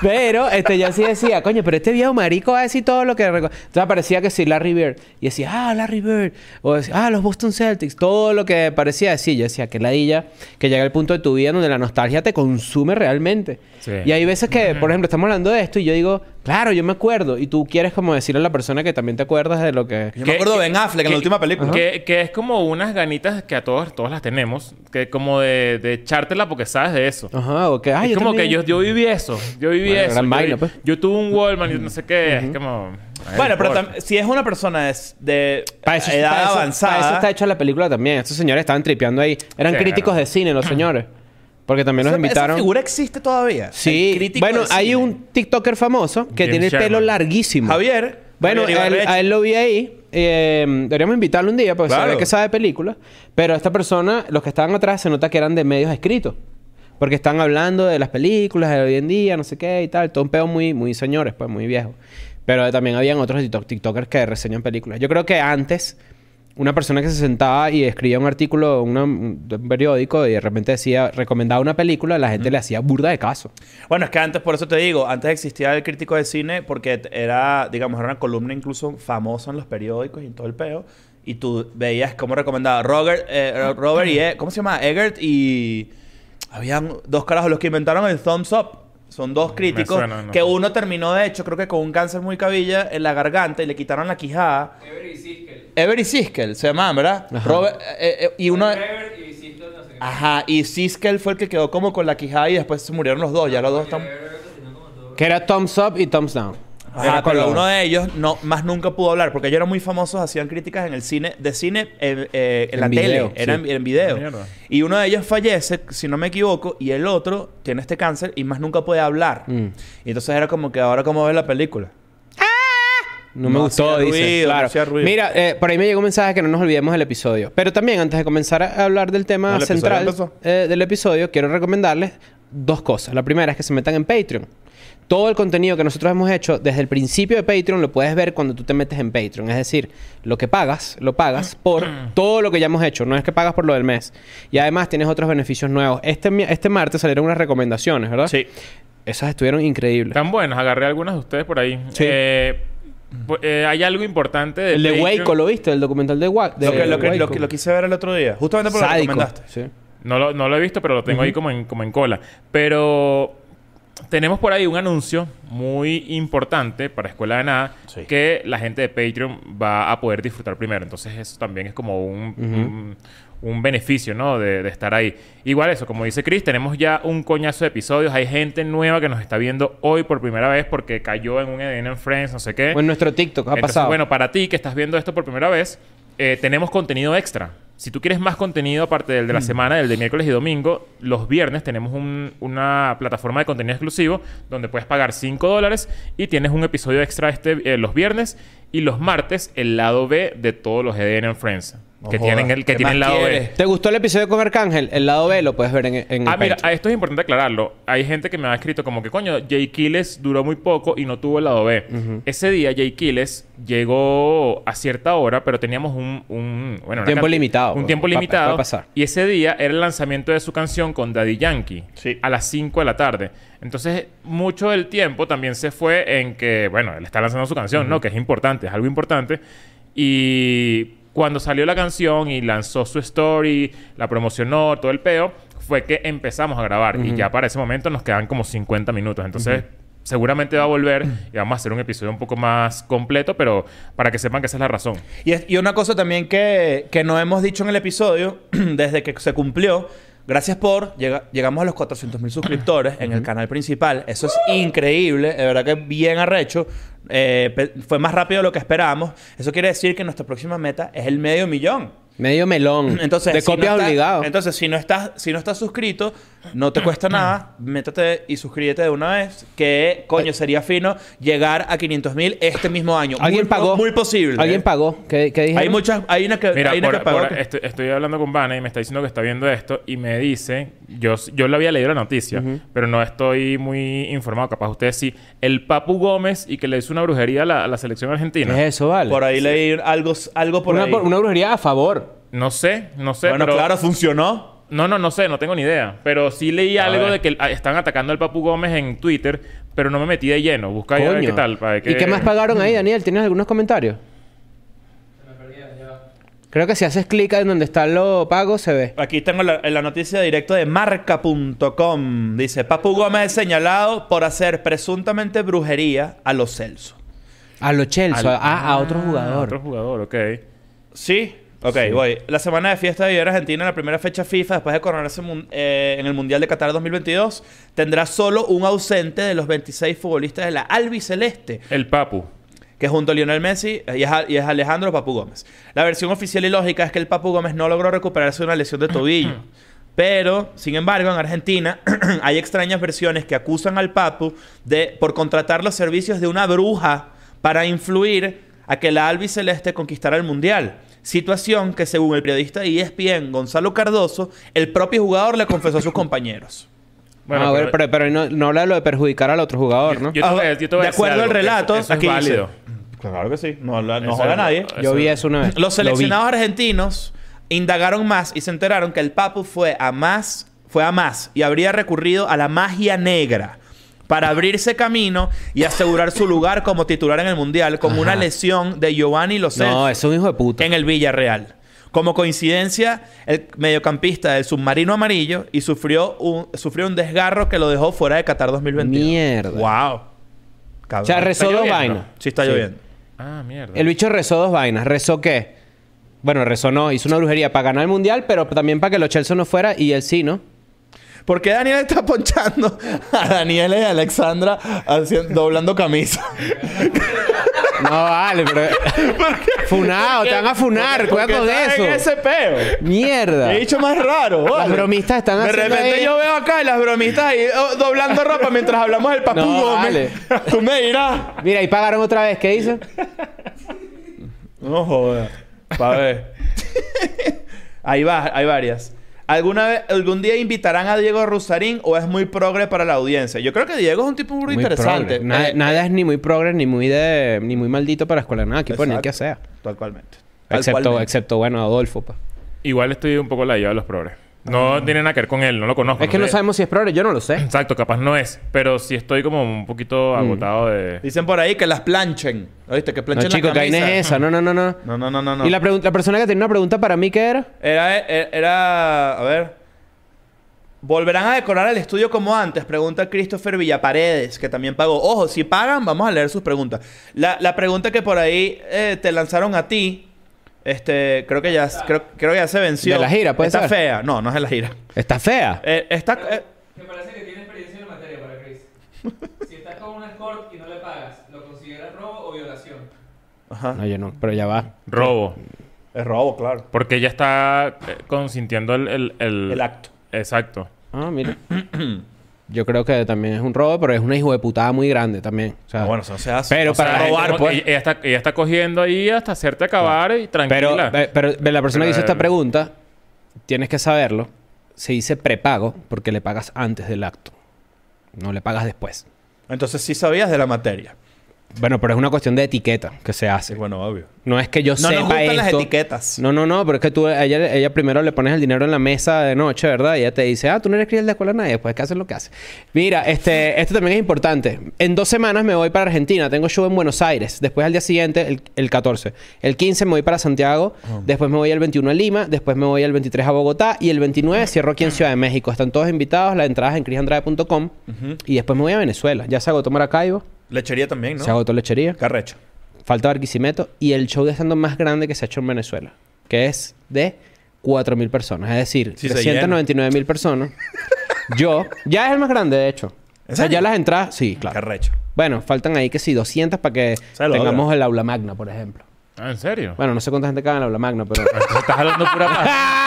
pero este, yo sí decía, coño, pero este viejo marico va a decir todo lo que. reco-". Entonces aparecía que sí, Larry Bird. Y decía, ah, Larry Bird. O decía, ah, los Boston Celtics. Todo lo que parecía decir. Yo decía, que ladilla, que llega el punto de tu vida donde la nostalgia te consume realmente.
Sí.
Y hay veces que, por ejemplo, estamos hablando de esto y yo digo, claro, yo me acuerdo. Y tú quieres como decirle a la persona que también te acuerdas de lo que.
Yo me acuerdo de Ben Affleck en la última película.
Que, que es como unas ganitas que a todos, todos las tenemos, que como de, de echártela porque sabes de eso.
Ajá, o que. "Ay,
es
yo
como que
también".
yo, yo viví eso, yo viví
Bueno,
eso.
gran
yo,
vaina,
vi-
pues.
yo tuve un Wallman y no sé qué, es como... ay,
Bueno, pero
por-
tam- si es una persona es de
Para eso,
edad
para eso-
avanzada.
para eso está hecha la película también. Estos señores estaban tripeando ahí. Eran
Sí,
críticos
claro.
de cine, los señores. Porque también los
Esa-
invitaron.
Esa figura existe todavía. El
Sí.
crítico
Bueno,
de
hay
cine.
un TikToker famoso que
James
tiene el pelo
Sherman.
larguísimo.
Javier.
Bueno,
Javier
él-
Ibarreche.
a él lo vi ahí. Eh, deberíamos invitarlo un día porque
Claro.
se ve que sabe películas. Pero esta persona, los que estaban atrás, se nota que eran de medios escritos. Porque están hablando de las películas de hoy en día, no sé qué y tal. Todo un pedo muy, muy señores, pues, muy viejo. Pero también habían otros tiktok- tiktokers que reseñan películas. Yo creo que antes, una persona que se sentaba y escribía un artículo una- un, de un periódico y de repente decía, recomendaba una película, la
Mm.
gente le hacía burda de caso.
Bueno, es que antes, por eso te digo, antes existía el crítico de cine porque t- era, digamos, era una columna incluso famosa en los periódicos y en todo el peo. Y tú veías cómo recomendaba Robert, eh, Ro- Robert y... E- ¿Cómo se llama? Eggert y... Habían dos carajos los que inventaron el Thumbs Up. Son dos críticos
Mm, suena, no
que
sé.
uno terminó, de hecho, creo que con un cáncer muy cabilla en la garganta y le quitaron la quijada.
Every Siskel.
Every Siskel se llamaban, ¿verdad? Robert, eh, eh, y uno...
Every y Siskel no sé qué.
Ajá, y Siskel fue el que quedó como con la quijada y después se murieron los dos. Ya los dos están...
Que era thumbs up y thumbs down.
Ajá,
Era
pero
color.
uno de ellos no, más nunca pudo hablar, porque ellos eran muy famosos, hacían críticas en el cine, de cine, eh, eh, en,
En
la
video,
tele, era
sí. Ah,
en, en video.
Mierda.
Y uno de ellos fallece, si no me equivoco, y el otro tiene este cáncer y más nunca puede hablar.
Mm.
Y entonces era como que ahora cómo ver la película.
No me
No
gustó,
hacía
dice.
ruido, no
claro.
hacía ruido.
Mira, eh, por ahí me llegó un mensaje que no nos olvidemos del episodio. Pero también, antes de comenzar a hablar del
No,
tema
el episodio
central
empezó.
eh, del episodio, quiero recomendarles dos cosas. La primera es que se metan en Patreon. Todo el contenido que nosotros hemos hecho desde el principio de Patreon lo puedes ver cuando tú te metes en Patreon. Es decir, lo que pagas, lo pagas por todo lo que ya hemos hecho. No es que pagas por lo del mes. Y además tienes otros beneficios nuevos. Este, mi- este martes salieron unas recomendaciones, ¿verdad?
Sí.
Esas estuvieron increíbles.
Están buenas, agarré algunas de ustedes por ahí.
Sí.
Eh, pu- eh, hay algo importante de
El de
Patreon.
Waco, ¿lo viste? El documental de, Wa- de
lo, que, lo, que, lo,
Waco.
que- lo quise ver el otro día, justamente porque lo
Sádico.
recomendaste.
Sí.
No lo, no lo he visto, pero lo tengo ahí como en, como en cola. Pero tenemos por ahí un anuncio muy importante para Escuela de Nada
Sí.
que la gente de Patreon va a poder disfrutar primero. Entonces eso también es como un, un, un beneficio, ¿no? De, de estar ahí. Igual eso, como dice Chris, tenemos ya un coñazo de episodios. Hay gente nueva que nos está viendo hoy por primera vez porque cayó en un EDN en Friends, no sé qué.
O en nuestro TikTok ha
Entonces,
pasado.
Bueno, para ti que estás viendo esto por primera vez, eh, tenemos contenido extra. Si tú quieres más contenido aparte del de
Mm.
la semana, del de miércoles y domingo, los viernes tenemos un- una plataforma de contenido exclusivo donde puedes pagar 5 dólares y tienes un episodio extra este, eh, los viernes y los martes el lado B de todos los E EDN and Friends.
No
que
jodas.
tienen el que
¿Qué
tienen el
más
lado
quieres?
B.
¿Te gustó el episodio con Arcángel? El lado B lo puedes ver en, en
Ah,
el
mira,
Patreon.
a esto es importante aclararlo. Hay gente que me ha escrito como que, coño, Jay Quiles duró muy poco y no tuvo el lado B. Ese día Jay Quiles llegó a cierta hora, pero teníamos un... un- bueno, una
Tiempo
canti-
limitado,
Un
pues.
tiempo
Pa- pa-
limitado.
puede pasar.
Y ese día era el lanzamiento de su canción con Daddy Yankee.
Sí.
A las 5 de la tarde. Entonces, mucho del tiempo también se fue en que, bueno, él está lanzando su canción, ¿no? Que es importante, es algo importante. Y... cu- cuando salió la canción y lanzó su story, la promocionó, todo el peo, fue que empezamos a grabar. Y ya para ese momento nos quedan como 50 minutos. Entonces, seguramente va a volver y vamos a hacer un episodio un poco más completo, pero para que sepan que esa es la razón.
Y, es- y una cosa también que, que no hemos dicho en el episodio, desde que se cumplió, gracias por, llega- llegamos a los 400 mil suscriptores en el canal principal. Eso es increíble, de verdad que bien arrecho. Eh, pe- fue más rápido de lo que esperábamos. Eso quiere decir que nuestra próxima meta es el medio millón.
Medio melón.
Entonces,
de
si no
copias
estás-
obligado.
Entonces, si no estás, si no estás suscrito, no te cuesta nada. Métete y suscríbete de una vez. Que
Eh.
coño sería fino llegar a 500 mil este mismo año.
Alguien
muy, po-
pagó.
Muy posible. ¿eh?
Alguien pagó. ¿Qué, qué dijeron?
Hay muchas, hay una que,
Mira,
hay una
por-
que pagó
por-
que-
estoy, estoy hablando con Vane y me está diciendo que está viendo esto y me dice, yo, yo le había leído la noticia, pero no estoy muy informado, capaz ustedes sí, el Papu Gómez y que le hizo una brujería a la, a la selección
¿Qué
argentina.
es eso, vale?
por ahí leí algo, algo por
una,
ahí.
por- una brujería a favor.
No sé, no sé,
bueno,
pero...
claro, funcionó.
No, no, no sé, no tengo ni idea. Pero sí leí
A
algo
ver.
de que el- ah, están atacando al Papu Gómez en Twitter, pero no me metí de lleno. Busca ahí a ver
Coño.
qué tal. para ver
¿Y qué más pagaron ahí, Daniel? ¿Tienes algunos comentarios?
Se me perdieron, ya va.
Creo que si haces clic en donde están los pagos, se ve.
Aquí tengo la, la noticia directa de marca.com. Dice, Papu Gómez es señalado por hacer presuntamente brujería a los Celso.
A los Chelsea,
Al-
a, a otro
Ah,
jugador.
Otro jugador, ok.
¿Sí? Ok, voy. La semana de fiesta de Vivir Argentina, la primera fecha FIFA después de coronarse mun- eh, en el Mundial de Qatar 2022, tendrá solo un ausente de los 26 futbolistas de la albiceleste,
El Papu.
que junto a Lionel Messi eh, y es, a- y es Alejandro Papu Gómez. La versión oficial y lógica es que el Papu Gómez no logró recuperarse de una lesión de tobillo. Pero, sin embargo, en Argentina hay extrañas versiones que acusan al Papu de por contratar los servicios de una bruja para influir a que la albiceleste conquistara el mundial. Situación que, según el periodista de E ESPN Gonzalo Cardoso, el propio jugador le confesó a sus compañeros.
Bueno,
Ah, a ver,
pero-
pero, pero ahí no, no habla de lo de perjudicar al otro jugador, ¿no? Yo,
Yo te voy a- yo te voy a
de
decir
acuerdo al
algo.
relato,
Eso- eso es
aquí dice-
válido.
Claro que sí, no, habla- no
Eso
joda a
es-
nadie.
eso-
vi eso una vez. Lo vi.
Los seleccionados argentinos indagaron más y se enteraron que el Papu fue a más, fue a más y habría recurrido a la magia negra para abrirse camino y asegurar su lugar como titular en el mundial como una
Ajá.
lesión de Giovanni Lo Celso
No, es un hijo de puta.
en el Villarreal. Como coincidencia, el mediocampista del submarino amarillo y sufrió un, sufrió un desgarro que lo dejó fuera de Qatar 2022.
Mierda.
Wow.
O sea, rezó dos
lloviendo.
vainas.
sí está lloviendo.
Ah, mierda.
El bicho rezó dos vainas. ¿Rezó qué? Bueno, rezó no. Hizo una brujería para ganar el mundial, pero también para que los Chelsea no fuera y él sí, ¿no?
¿Por qué Daniel está ponchando a Daniel y a Alexandra haciendo- doblando camisa?
No vale, pero. Funado, te van a funar, cuidado de
¿Por qué
eso.
estás en ese peo?
Mierda.
He dicho más raro.
Las
vale.
bromistas están
De
haciendo
repente
ahí-
yo veo acá y las bromistas ahí oh, doblando ropa mientras hablamos del Papu
No,
Gómez. Tú me dirás.
Mira, y pagaron otra vez, ¿qué hizo?
No jodas. Pa' ver. ahí va, hay varias. ¿Alguna vez, algún día invitarán a Diego Rusarín o es muy progre para la audiencia? Yo creo que Diego es un tipo muy, interesante.
progre. Nada,
Eh,
nada es ni muy progres, ni muy de, ni muy maldito para escuela, nada. Aquí ponen
Exacto.
que sea.
Tal cualmente. Tal
Excepto,
cualmente.
excepto, bueno, Adolfo. pa.
Igual estoy un poco la lleva de los progres. No tiene nada que ver con él, no lo conozco.
Ah. Es que no
sé.
sabemos si es progres, yo no lo sé.
Exacto, capaz no es. Pero sí estoy como un poquito
Mm.
agotado de...
Dicen por ahí que las planchen. ¿Oíste? Que
No,
planchen
chico,
las
que ahí no
camisas.
es esa. No, no, no, no.
No, no, no, no. no.
Y la, pregun- la persona que tenía una pregunta para mí, ¿qué era?
Era, era, era- A ver. ¿Volverán a decorar el estudio como antes? Pregunta Christopher Villaparedes, que también pagó. Ojo, si pagan, vamos a leer sus preguntas. La, la pregunta que por ahí eh, te lanzaron a ti, este, creo que ya, creo, creo que ya se venció.
¿De la gira, puede
Está
ser?
fea. No, no es de la gira.
Está fea.
Eh, está... eh,
Me parece que tiene experiencia en la materia para Chris. Si estás con un escort y no le pagas, ¿lo consideras robo o violación?
ajá.
No, yo no, pero ya va.
Robo.
Es robo, claro.
Porque ella está eh, consintiendo el... El, el-
El acto.
Exacto.
Ah, mira. Yo creo que también es un robo, pero es una hijo de putada muy grande también. O sea,
Ah, bueno, eso no se hace.
Pero
O sea,
para
la gente
robar,
como-
pues.
Ella, ella está, ella está cogiendo ahí hasta hacerte acabar y
pero,
tranquila.
eh, pero la persona que hizo esta
Pero-
pregunta, tienes que saberlo. Se dice prepago porque le pagas antes del acto. No le pagas después.
Entonces sí sabías de la materia.
Bueno, pero es una cuestión de etiqueta que se hace.
Bueno, obvio.
No es que yo
No nos
sepa
gustan
esto.
las etiquetas.
No, no, no, pero es que tú, a ella, a ella primero le pones el dinero en la mesa de noche, ¿verdad? Y ella te dice, ah, tú no eres criada de la escuela a nadie, después que haces lo que haces. Mira, este, esto también es importante. En dos semanas me voy para Argentina, tengo show en Buenos Aires, después al día siguiente, el, el 14. El 15 me voy para Santiago,
Oh.
después me voy el 21 a Lima, después me voy el 23 a Bogotá y el 29 cierro aquí en Ciudad de México. Están todos invitados, las entradas en crisandrade.com y después me voy a Venezuela. Ya se agotó Maracaibo,
Lechería también, ¿no?
se agotó Lechería
Carrecho.
falta Barquisimeto y el show de stand más grande que se ha hecho en Venezuela, que es de 4.000 personas, es decir,
Sí, se llena.
399.000 personas. Yo, ya es el más grande, de hecho.
¿En
O sea,
serio?
ya las entradas, sí, claro.
Carrecho.
Bueno, faltan ahí que sí, 200 para que
Se logra.
tengamos el aula magna, por ejemplo.
Ah, ¿en serio?
Bueno, no sé cuánta gente cabe en el aula magna, pero...
Entonces estás hablando pura paja.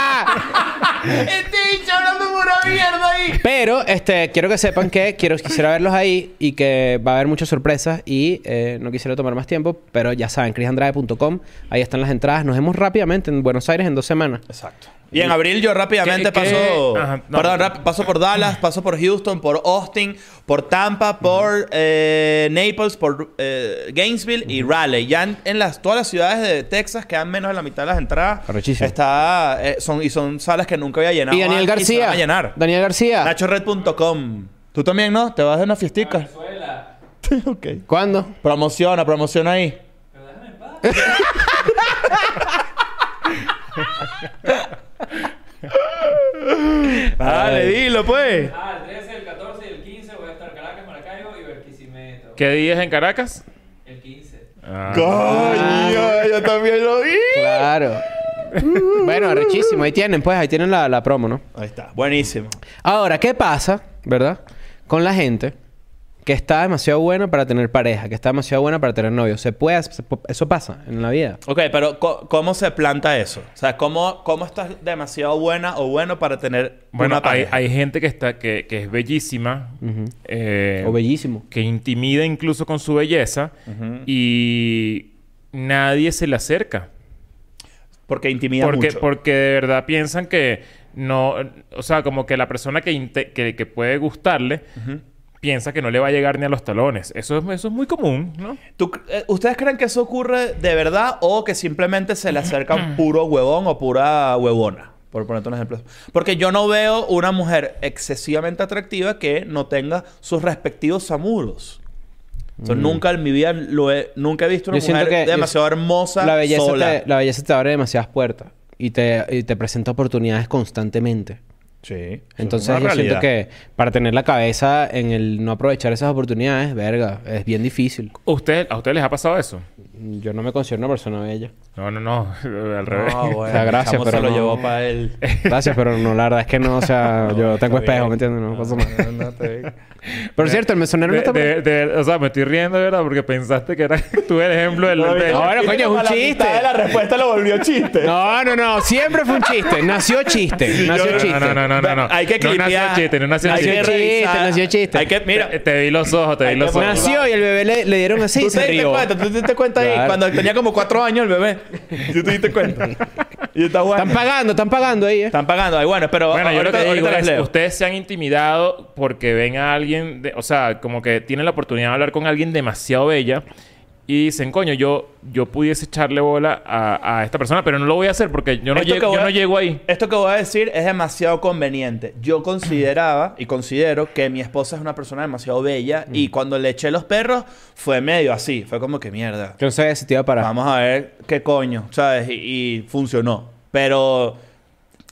Este bicho hablando pura mierda ahí.
Pero, este, quiero que sepan que quiero, quisiera verlos ahí y que va a haber muchas sorpresas y eh, no quisiera tomar más tiempo, pero ya saben, crisandrade.com, ahí están las entradas. Nos vemos rápidamente en Buenos Aires en dos semanas.
Exacto. Y en abril yo rápidamente
¿Qué- qué-
paso,
Ajá, no.
perdón, rap- paso por Dallas, paso por Houston, por Austin, por Tampa, por eh, Naples, por eh, Gainesville y Raleigh. Ya en, en las, todas las ciudades de Texas quedan menos de la mitad de las entradas.
Arrechísimo.
Está, eh, son, y son salas que nunca había llenado.
Y Daniel
antes se van
García.
a llenar.
Daniel García.
NachoRed.com. Tú también, ¿no? Te vas de una fiestica.
Venezuela.
ok.
¿Cuándo?
Promociona, promociona ahí.
Pero déjame en paz.
Dale, dilo pues.
Ah, el 13, el 14 y el 15 voy a estar Caracas, Maracaibo y Barquisimeto.
¿Qué días en Caracas?
El 15.
Ah.
Coño, yo también lo vi.
Claro. bueno, richísimo. Ahí tienen, pues, ahí tienen la, la promo, ¿no?
Ahí está, buenísimo.
Ahora, ¿qué pasa, verdad? Con la gente que está demasiado buena para tener pareja, que está demasiado buena para tener novio. Se puede, se pu- eso pasa en la vida.
Ok, pero co- ¿cómo se planta eso? O sea, ¿cómo, cómo estás demasiado buena o bueno para tener
Bueno,
una
hay,
pareja?
hay gente que está que, que es bellísima, eh,
O bellísimo.
que intimida incluso con su belleza y nadie se le acerca.
Porque intimida
Porque,
mucho.
porque de verdad piensan que no, o sea, como que la persona que, inte- que, que puede gustarle piensa que no le va a llegar ni a los talones. Eso es, eso es muy común, ¿no?
¿Tú cr- eh, ¿Ustedes creen que eso ocurre de verdad o que simplemente se le acerca un puro huevón o pura huevona? Por ponerte un ejemplo. Porque yo no veo una mujer excesivamente atractiva que no tenga sus respectivos samuros. O sea, nunca en mi vida lo he, nunca he visto una
Yo siento
mujer
que- yo-
demasiado hermosa
La belleza,
sola.
te, la belleza te abre demasiadas puertas y te, y te presenta oportunidades constantemente.
Sí.
Entonces yo siento que para tener la cabeza en el no aprovechar esas oportunidades, verga, es bien difícil.
¿Usted, ¿A ustedes les ha pasado eso?
Yo no me considero una persona bella.
No, no, no. Al revés.
No, Ah, bueno,
O sea, gracias,
el chamo
pero
se lo
no.
llevó para él.
Gracias, pero no, la verdad es que no, o sea, yo tengo
está bien.
espejo, ¿me entiendes? No, pasa nada. Por cierto, el mesonero no
De-
está... por-
de- de- o sea, me estoy riendo, de ¿verdad? Porque pensaste que era tú el ejemplo del... del-
no, bueno, coño, es un chiste.
respuesta lo volvió chiste.
No, no, no, siempre fue un chiste, nació chiste, nació chiste.
No, no, no, no, no, no.
Hay que
No nació
clipear.
chiste, no nació
Hay
chiste.
que
Nació chiste,
revisar.
nació chiste.
Hay que, mira,
Eh, Te, te vi los ojos, te vi
Hay
los
que
ojos.
poner-
Nació y el bebé le, le dieron así
tú
y
te
se
diste
rió.
cuenta, tú te diste cuenta ahí
Claro.
cuando tenía como cuatro años el bebé. Tú te diste cuenta. Y está bueno.
Están pagando, están pagando ahí, ¿eh?
Están pagando. Ay, bueno, pero
Bueno, yo lo
ahorita-
que digo
ahorita
es,
las leo.
ustedes se han intimidado porque ven a alguien, de- o sea, como que tienen la oportunidad de hablar con alguien demasiado bella y dicen, coño, yo, yo pudiese echarle bola a, a esta persona, pero no lo voy a hacer porque yo no,
Esto que
llego,
voy
yo
a-
no llego ahí.
Esto que voy a decir es demasiado conveniente. Yo consideraba y considero que mi esposa es una persona demasiado bella y cuando le eché los perros fue medio así. Fue como que mierda.
Yo no sabía si te iba a parar.
Vamos a ver qué coño, ¿sabes? Y, y funcionó. Pero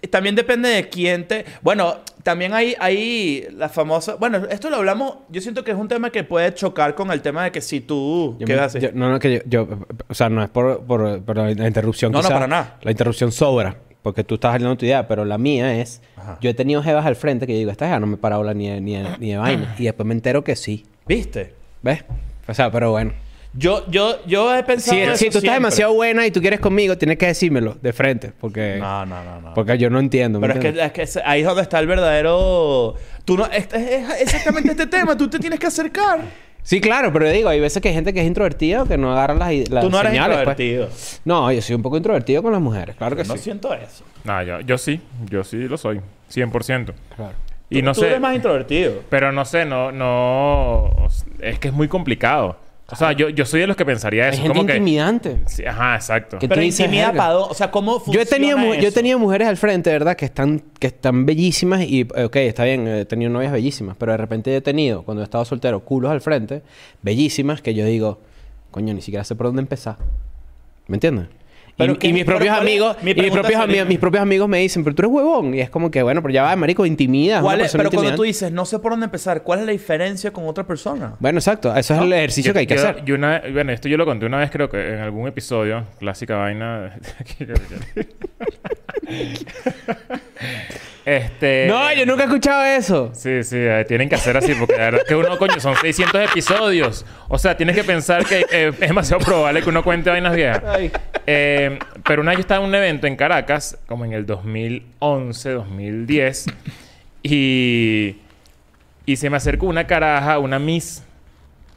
eh, también depende de quién te... Bueno, también hay, hay la famosa... Bueno, esto lo hablamos... Yo siento que es un tema que puede chocar con el tema de que si tú...
Yo
¿Qué
me-
vas a
yo-
hacer?
no, no, que yo, yo- O sea, no es por, por- por la interrupción.
No, no,
quizá.
para nada.
La interrupción sobra. Porque tú estás hablando tu idea, pero la mía es...
Ajá.
Yo he tenido jevas al frente que yo digo, esta jeva no me para hablar ni de, ni, de- ni de vaina. Y después me entero que sí.
¿Viste?
¿Ves? O sea, pero bueno.
Yo, yo, yo he
Si,
pensado...
si tú
eso
estás
siempre.
demasiado buena y tú quieres conmigo, tienes que decírmelo de frente. Porque...
No, no, no, no.
Porque yo no entiendo. ¿me
Pero es que,
entiendes?
es que es- ahí es donde está el verdadero... Tú no... Es, es- es exactamente este tema. Tú te tienes que acercar.
Sí, claro, pero digo, hay veces que hay gente que es introvertida o que no agarra las, i- las
Tú no eres
señales, pues.
introvertido.
No, yo soy un poco introvertido con las mujeres, claro que
No
sí.
siento eso.
No, yo, yo sí, yo sí lo soy, 100%.
Claro.
Y no
tú
sé,
eres más introvertido.
pero no sé, no, no, es que es muy complicado. O sea, yo, yo soy de los que pensaría
Hay
eso.
gente
como que,
intimidante.
Sí, ajá, exacto.
Que-
Pero
tú dices,
intimidad
verga.
para dos. O sea, ¿cómo funciona
Yo he, tenido, mu- yo he
eso?
tenido mujeres al frente, ¿verdad? Que están, que están bellísimas y, eh, ok, está bien, eh, he tenido novias bellísimas, pero de repente he tenido, cuando he estado soltero, culos al frente, bellísimas, que yo digo, coño, ni siquiera sé por dónde empezar. ¿Me entiendes?
Pero
y,
que-
y mis
pero
propios
¿cuál es-
amigos,
mi
y mis
pregunta
propios, ami-
sería-
mis propios amigos me dicen, pero tú eres huevón. Y es como que, bueno, pero ya va, marico, intimida. es una
¿Cuál es-
persona
pero cuando tú
intimidante.
dices, no sé por dónde empezar, ¿cuál es la diferencia con otra persona?
Bueno, exacto. Eso es el ejercicio
Yo-
que hay que
yo-
hacer.
yo una- bueno, esto yo lo conté una vez, creo que en algún episodio, clásica vaina. este.
No, yo nunca he escuchado eso.
Sí, sí, eh, tienen que hacer así, porque la verdad es que uno, coño, son 600 episodios. O sea, tienes que pensar que eh, es demasiado probable que uno cuente vainas viejas. Eh, pero una vez yo estaba en un evento en Caracas, como en el 2011, 2010, y, y se me acercó una caraja, una Miss,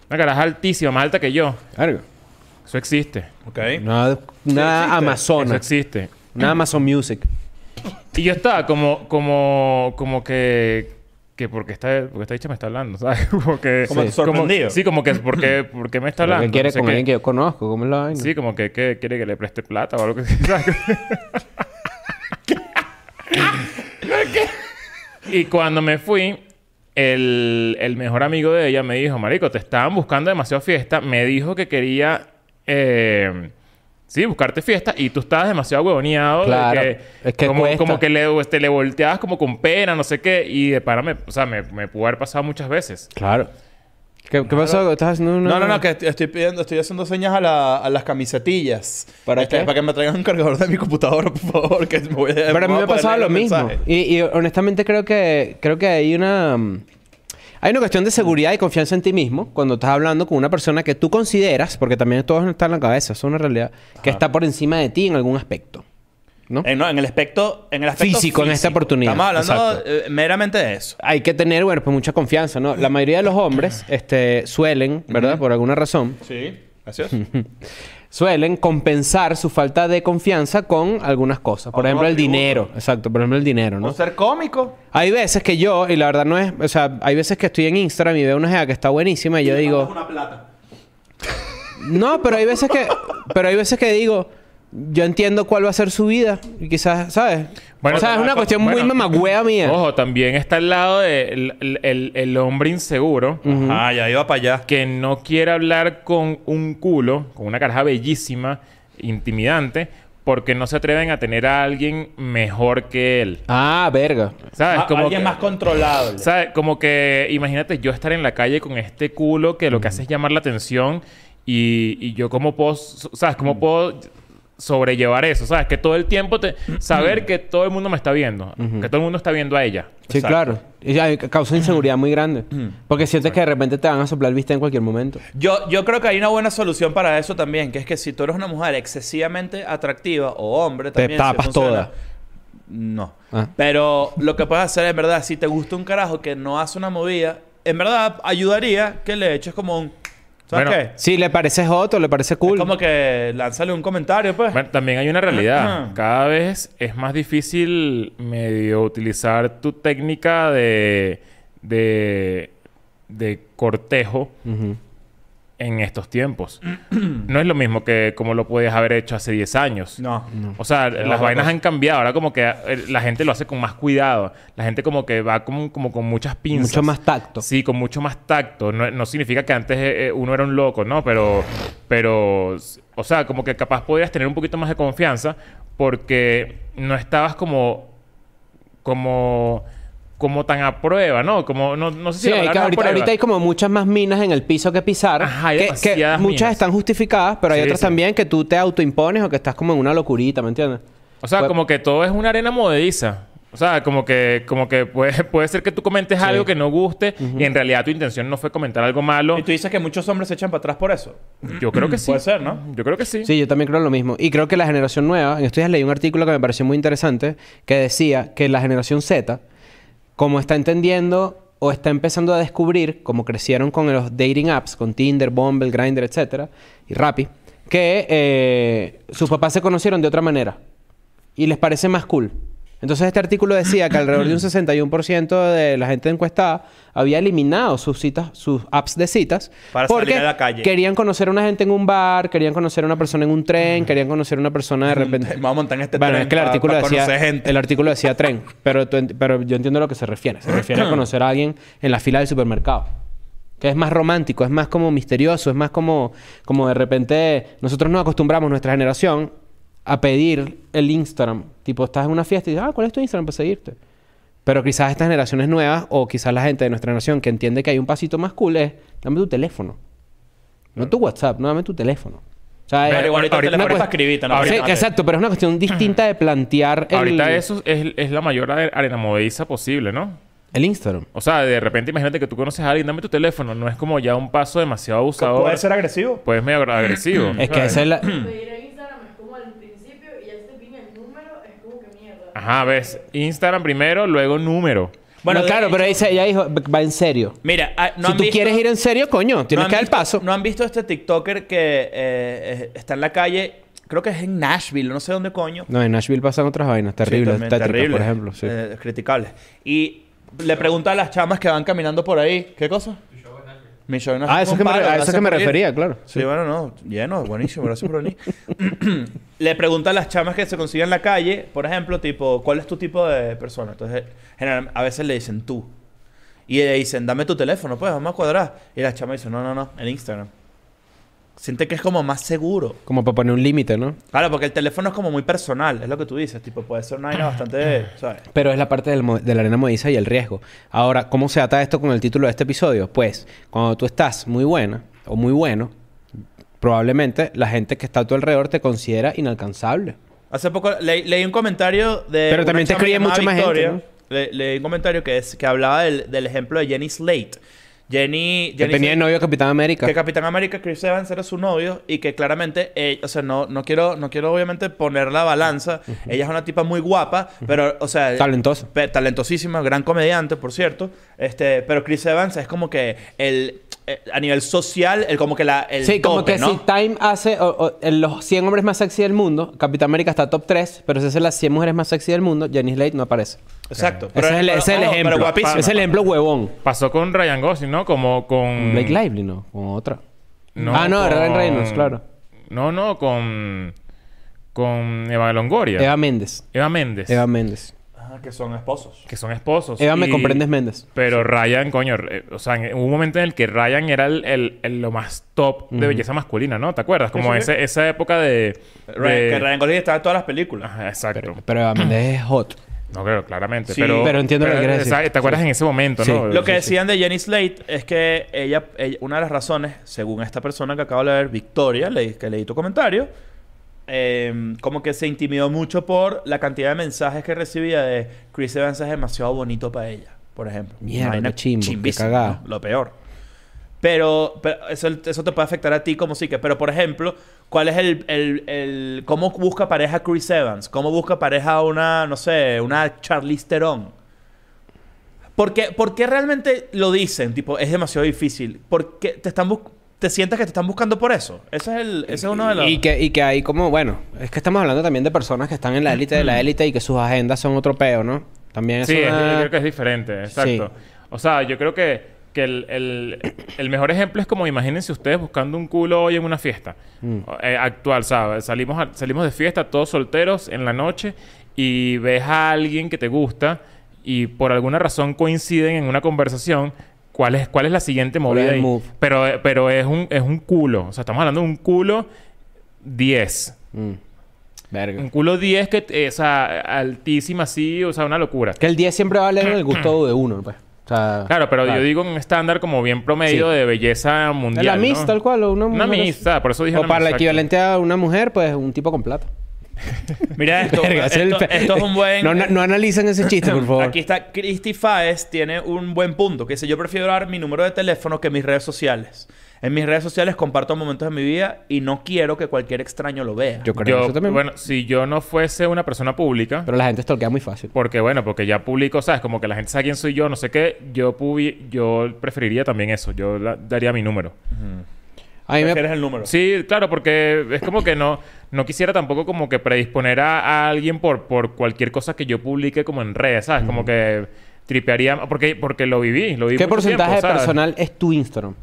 una caraja altísima, más alta que yo.
Claro.
Eso existe,
Ok.
Una, una
existe.
eso
Amazona.
existe.
Una Amazon Music.
Y yo estaba como, como, como que, que porque esta, porque esta dicha me está hablando, ¿sabes? Como que,
Como sorprendido.
sí, como que, porque, porque me está hablando.
Que quiere
No sé
con
qué.
alguien que yo conozco. ¿Cómo es la vaina?
Sí, como que, que quiere que le preste plata o algo que ¿sabes? Y cuando me fui, el, el mejor amigo de ella me dijo, marico, te estaban buscando demasiado fiesta. Me dijo que quería, eh, sí, buscarte fiesta. Y tú estabas demasiado huevoneado. de
Claro. Es que
como,
cuesta.
como que le, este, le volteabas como con pena, no sé qué. Y de para, me, o sea, me, me pudo haber pasado muchas veces.
Claro. ¿Qué, qué pasó? ¿Estás haciendo una...?
No, no, no, que est- estoy pidiendo, estoy haciendo señas a, la- a las camisetillas.
¿Para
Este,
qué?
Para que me traigan un cargador de mi computadora, por favor, que me voy a...
Pero a mí
voy
me ha
poder
pasado
leer
lo
los
mismo.
mensajes.
Y, y honestamente creo que... Creo que hay una... mm, Hay una cuestión de seguridad y confianza en ti mismo cuando estás hablando con una persona que tú consideras, porque también todo está en la cabeza, eso es una realidad, que está por encima de ti en algún aspecto. ¿No?
Eh, no, en el aspecto, en el aspecto
Físico, en esta oportunidad.
Estamos hablando
Exacto.
eh, meramente de eso.
hay que tener, bueno, pues mucha confianza, ¿no? La mayoría de los hombres este, suelen, ¿verdad? Por alguna razón,
Sí, gracias.
suelen compensar su falta de confianza con algunas cosas.
Otros
Por ejemplo, el
atributos.
dinero. Exacto, por ejemplo, el dinero, ¿no?
O ser cómico.
Hay veces que yo, y la verdad no es, o sea, hay veces que estoy en Instagram y veo una jeva que está buenísima y yo digo,
Una plata.
no, pero hay veces que, pero hay veces que digo, yo entiendo cuál va a ser su vida y quizás, ¿sabes? o sea, es una cuestión muy
bueno,
mamagüea mía.
Ojo, también está al lado del hombre inseguro.
Ah, ya iba para allá.
que no quiere hablar con un culo, con una caraja bellísima, intimidante, porque no se atreven a tener a alguien mejor que él.
Ah, verga.
¿Sabes?
Ah, alguien
que,
más controlable.
¿sabes? Como que imagínate yo estar en la calle con este culo que lo
Mm.
que hace es llamar la atención y, y yo cómo puedo, so- ¿sabes?
Mm.
¿Cómo puedo sobrellevar eso? ¿Sabes? Que todo el tiempo te...
Mm.
saber que todo el mundo me está viendo, que todo el mundo está viendo a ella.
Sí,
Exacto.
claro. Y ya, causa inseguridad muy grande. Porque sientes que de repente te van a soplar el vista en cualquier momento.
Yo, yo creo que hay una buena solución para eso también, que es que si tú eres una mujer excesivamente atractiva o hombre
Te
también... si
tapas
funciona-
toda.
No.
Ah.
Pero lo que puedes hacer es, verdad, si te gusta un carajo que no hace una movida, en verdad ayudaría que le eches como un... ¿Sabes
Bueno,
qué?
Sí, le parece joto, le parece
Es
cool.
como que lánzale un comentario, pues.
Bueno, también hay una realidad.
Ajá.
Cada vez es más difícil medio utilizar tu técnica de, de, de cortejo
Ujú.
en estos tiempos. no es lo mismo que como lo podías haber hecho hace 10 años.
No.
O sea, las
otra
vainas
cosa.
pues.
han cambiado. Ahora como que eh, la gente lo hace con más cuidado. La gente como que va como, como con muchas pinzas.
Mucho más tacto.
Sí, con mucho más tacto. No, no significa que antes eh, eh, uno era un loco, ¿no? Pero, pero, o sea, como que capaz podías tener un poquito más de confianza porque no estabas como, como, como tan a prueba, ¿no? Como, no, no sé si
Sí,
la
hay que-
palabra es
ahorita,
prueba.
ahorita hay como muchas más minas en el piso que pisar.
Ajá, hay
que, que
demasiadas
muchas
minas.
están justificadas, pero hay
Sí,
otras
sí.
también que tú te autoimpones o que estás como en una locurita, ¿me entiendes?
O sea,
Pues-
como que todo es una arena movediza. O sea, como que, como que puede, puede ser que tú comentes algo que no guste y en realidad tu intención no fue comentar algo malo.
Y tú dices que muchos hombres se echan para atrás por eso.
Yo creo que sí.
Puede ser, ¿no?
Yo creo que sí.
Sí, yo también creo lo mismo. Y creo que la generación nueva, en estos días leí un artículo que me pareció muy interesante, que decía que la generación Z, como está entendiendo o está empezando a descubrir, como crecieron con los dating apps, con Tinder, Bumble, Grindr, etcétera, y Rappi, que eh, sus papás se conocieron de otra manera y les parece más cool. Entonces este artículo decía que alrededor de un 61% de la gente encuestada había eliminado sus citas, sus apps de citas
Para salir
porque
a la calle.
querían conocer a una gente en un bar, querían conocer a una persona en un tren, querían conocer a una persona de repente.
Vamos a montar en este
Bueno,
tren
es que el
pa-
artículo
pa
decía
conocer gente.
el artículo decía tren, pero tú ent- pero yo entiendo a lo que se refiere. Se refiere a conocer a alguien en la fila del supermercado. Que es más romántico, es más como misterioso, es más como, como de repente nosotros nos acostumbramos, nuestra generación, a pedir el Instagram. Tipo, estás en una fiesta y dices, ah, ¿cuál es tu Instagram para seguirte? Pero quizás estas generaciones nuevas o quizás la gente de nuestra generación que entiende que hay un pasito más cool es, dame tu teléfono. No tu WhatsApp, no dame tu teléfono. O sea,
Pero
es-
igual ahorita el
ahorita-
teléfono
una
es para
cuest-
escribirte, no
Sí,
para llamarte.
exacto, pero es una cuestión distinta de plantear el,
Ahorita eso es, es la mayor are- arena movediza posible, ¿no?
el Instagram.
O sea, de repente imagínate que tú conoces a alguien, dame tu teléfono. No es como ya un paso demasiado abusador.
Puede ser agresivo.
Pues medio agra- agresivo.
Es que esa es la...
Mm.
Pedir en Instagram es como al principio y ya si te piden el número, es como que mierda.
Ajá, ves. Instagram primero, luego número.
Bueno,
de
claro,
hecho-
pero dice, ella dijo, va en serio.
Mira, ah, no
si
han
tú
visto-
quieres ir en serio, coño, tienes
han
que dar el
visto-
paso.
¿No han visto este TikToker que eh, eh, está en la calle? Creo que es en Nashville, no sé dónde coño.
No, en Nashville pasan otras vainas
Sí,
terribles,
también,
tétricas,
terrible.
por ejemplo. Sí.
Eh, criticables. Y le pregunta a las chamas que van caminando por ahí, ¿qué cosa? Mi show en Nashville.
Ah, eso es que me-
Compadre,
a eso es
gracias
que me
por ir.
refería, claro.
Sí, bueno, no, lleno, buenísimo, gracias por venir. le pregunta a las chamas que se consiguen en la calle, por ejemplo, tipo, ¿cuál es tu tipo de persona? Entonces, general- a veces le dicen tú. Y le dicen, dame tu teléfono, pues, vamos a cuadrar. Y las chamas dicen, no, no, no, en Instagram. Siente que es como más seguro.
Como para poner un límite, ¿no?
Claro, porque el teléfono es como muy personal, es lo que tú dices. Tipo, puede ser una vaina bastante, ¿sabes?
Pero es la parte del mo- de la arena movediza y el riesgo. Ahora, ¿cómo se ata esto con el título de este episodio? Pues, cuando tú estás muy buena o muy bueno, probablemente la gente que está a tu alrededor te considera inalcanzable.
Hace poco le- leí un comentario de.
Pero
una
también te
chama
escribe
llamada
mucha más gente,
Victoria.
¿no?
Le- leí un comentario que, es, que hablaba del, del ejemplo de Jenny Slate. Jenny.
Que
Jenny
tenía
Slate-
el novio de Capitán América.
Que Capitán América, Chris Evans era su novio y que claramente, eh, o sea, no, no, quiero, no quiero obviamente poner la balanza. Ella es una tipa muy guapa, pero, o sea...
Talentosa.
pe- talentosísima, gran comediante, por cierto. Este, pero Chris Evans es como que el... eh, a nivel social, el, como que la... El
Sí, como
tope,
que
¿no?
si Time hace o- o, en los 100 hombres más sexy del mundo, Capitán América está top 3, pero si hace las 100 mujeres más sexy del mundo, Jenny Slate no aparece.
Exacto.
ese es el, ese es el
ojo,
ejemplo.
Pero guapísima.
ese es el ejemplo huevón.
Pasó con Ryan Gosling, ¿no? Como con...
Blake Lively, ¿no? Con otra.
Mm. No,
ah, no,
con-
Ryan Reynolds, claro.
No, no, con... Con Eva Longoria.
Eva
Eva,
Méndez.
Méndez.
Eva Méndez.
Ajá, que son esposos.
Que son esposos.
Eva, me
Pues Y-
comprendes, Méndez.
Pero Ryan, coño, eh, o sea, en- hubo un momento en el que Ryan era el, el- el- lo más top de belleza masculina, ¿no? ¿Te acuerdas? Como
Sí, sí.
ese, esa época de... de-
Ryan- Que Ryan Gosling está en todas las películas.
Ajá, exacto.
Pero Eva Méndez es hot.
no, claro, claramente.
Sí.
pero,
Pero entiendo lo que quieres
esa-
decir.
¿Te acuerdas
Sí.
en ese momento,
Sí.
no?
Lo que decían de Jenny Slate es que ella, ella- una de las razones, según esta persona que acabo de leer, Victoria, le- que leí tu comentario, eh, como que se intimidó mucho por la cantidad de mensajes que recibía de Chris Evans es demasiado bonito para ella, por ejemplo.
Mierda,
Una vaina
qué chimbo, qué
chimbísima,
cagada.
¿no? Lo peor. Pero, pero eso, eso te puede afectar a ti como sí que. Pero, por ejemplo, ¿cuál es el, el- el- ¿Cómo busca pareja Chris Evans? ¿Cómo busca pareja una, no sé, una Charlize Theron? ¿Por qué, por qué realmente lo dicen? Tipo, es demasiado difícil. ¿Por qué te están bus- ¿Te sientas que te están buscando por eso? Ese es el... Ese es uno de los...
Y que, y que hay como, bueno, es que estamos hablando también de personas que están en la élite de la élite y que sus agendas son otro peo, ¿no? También es
Sí, es-
una-
yo creo que es diferente, exacto. O sea, yo creo que, que el, el- el mejor ejemplo es como imagínense ustedes buscando un culo hoy en una fiesta
Mm.
Eh, actual, ¿sabes? Salimos, a- salimos de fiesta todos solteros en la noche y ves a alguien que te gusta y por alguna razón coinciden en una conversación. ¿Cuál es, cuál es la siguiente
es
movida?
el
ahí?
move?
Pero, eh, pero es, un, es un culo. O sea, estamos hablando de un culo 10.
Mm. Verga.
Un culo 10 que, eh, o sea, altísima así, o sea, una locura.
Que el 10 siempre va a leer el gusto de uno, pues. O sea,
Claro, pero
claro.
yo digo un estándar como bien promedio
Sí.
de belleza mundial.
la Miss,
¿no?
tal cual. o Una,
Una
mujer-
Miss, ah, por eso dije
O
una
para
Miss,
el
exacto.
equivalente a una mujer, pues un tipo con plata.
Mira esto.
Verga, ese
esto,
es el pe-
esto es un buen...
No, no, no analicen ese chiste, por favor.
Aquí está Christy Faes tiene un buen punto que dice yo prefiero dar mi número de teléfono que mis redes sociales. En mis redes sociales comparto momentos de mi vida y no quiero que cualquier extraño lo vea.
Yo creo
Yo,
eso también.
Bueno, si yo no fuese una persona pública,
Pero la gente stalkea muy fácil.
porque bueno, porque ya publico, ¿sabes? Como que la gente sabe quién soy yo, no sé qué, yo pubi- yo preferiría también eso, yo la- daría mi número.
A mí me...
Prefieres el número.
Sí, claro, porque es como que no, no quisiera tampoco como que predisponer a, a alguien por, por cualquier cosa que yo publique como en redes, ¿sabes? Como que tripearía... Porque, porque lo viví, lo viví
¿Qué
mucho
porcentaje
tiempo,
de
¿sabes?
personal es tu Instagram?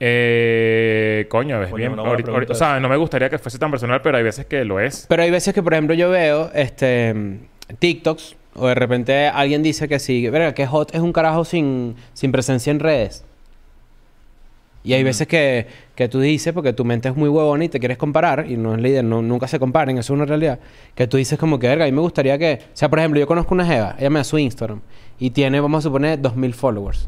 Eh, coño, ves
Coño,
bien.
una buena
Ahorita- ahorita-
pregunta
o sea, no me gustaría que fuese tan personal, pero hay veces que lo es.
Pero hay veces que, por ejemplo, yo veo este mm, TikToks o de repente alguien dice que sí, verga, que hot es un carajo sin, sin presencia en redes. Y hay veces que, que tú dices, porque tu mente es muy huevona y te quieres comparar, y no es líder, no, nunca se comparen, eso es una realidad, que tú dices como que, verga, a mí me gustaría que... O sea, por ejemplo, yo conozco una jeva, ella me da su Instagram, y tiene, vamos a suponer, 2.000 followers.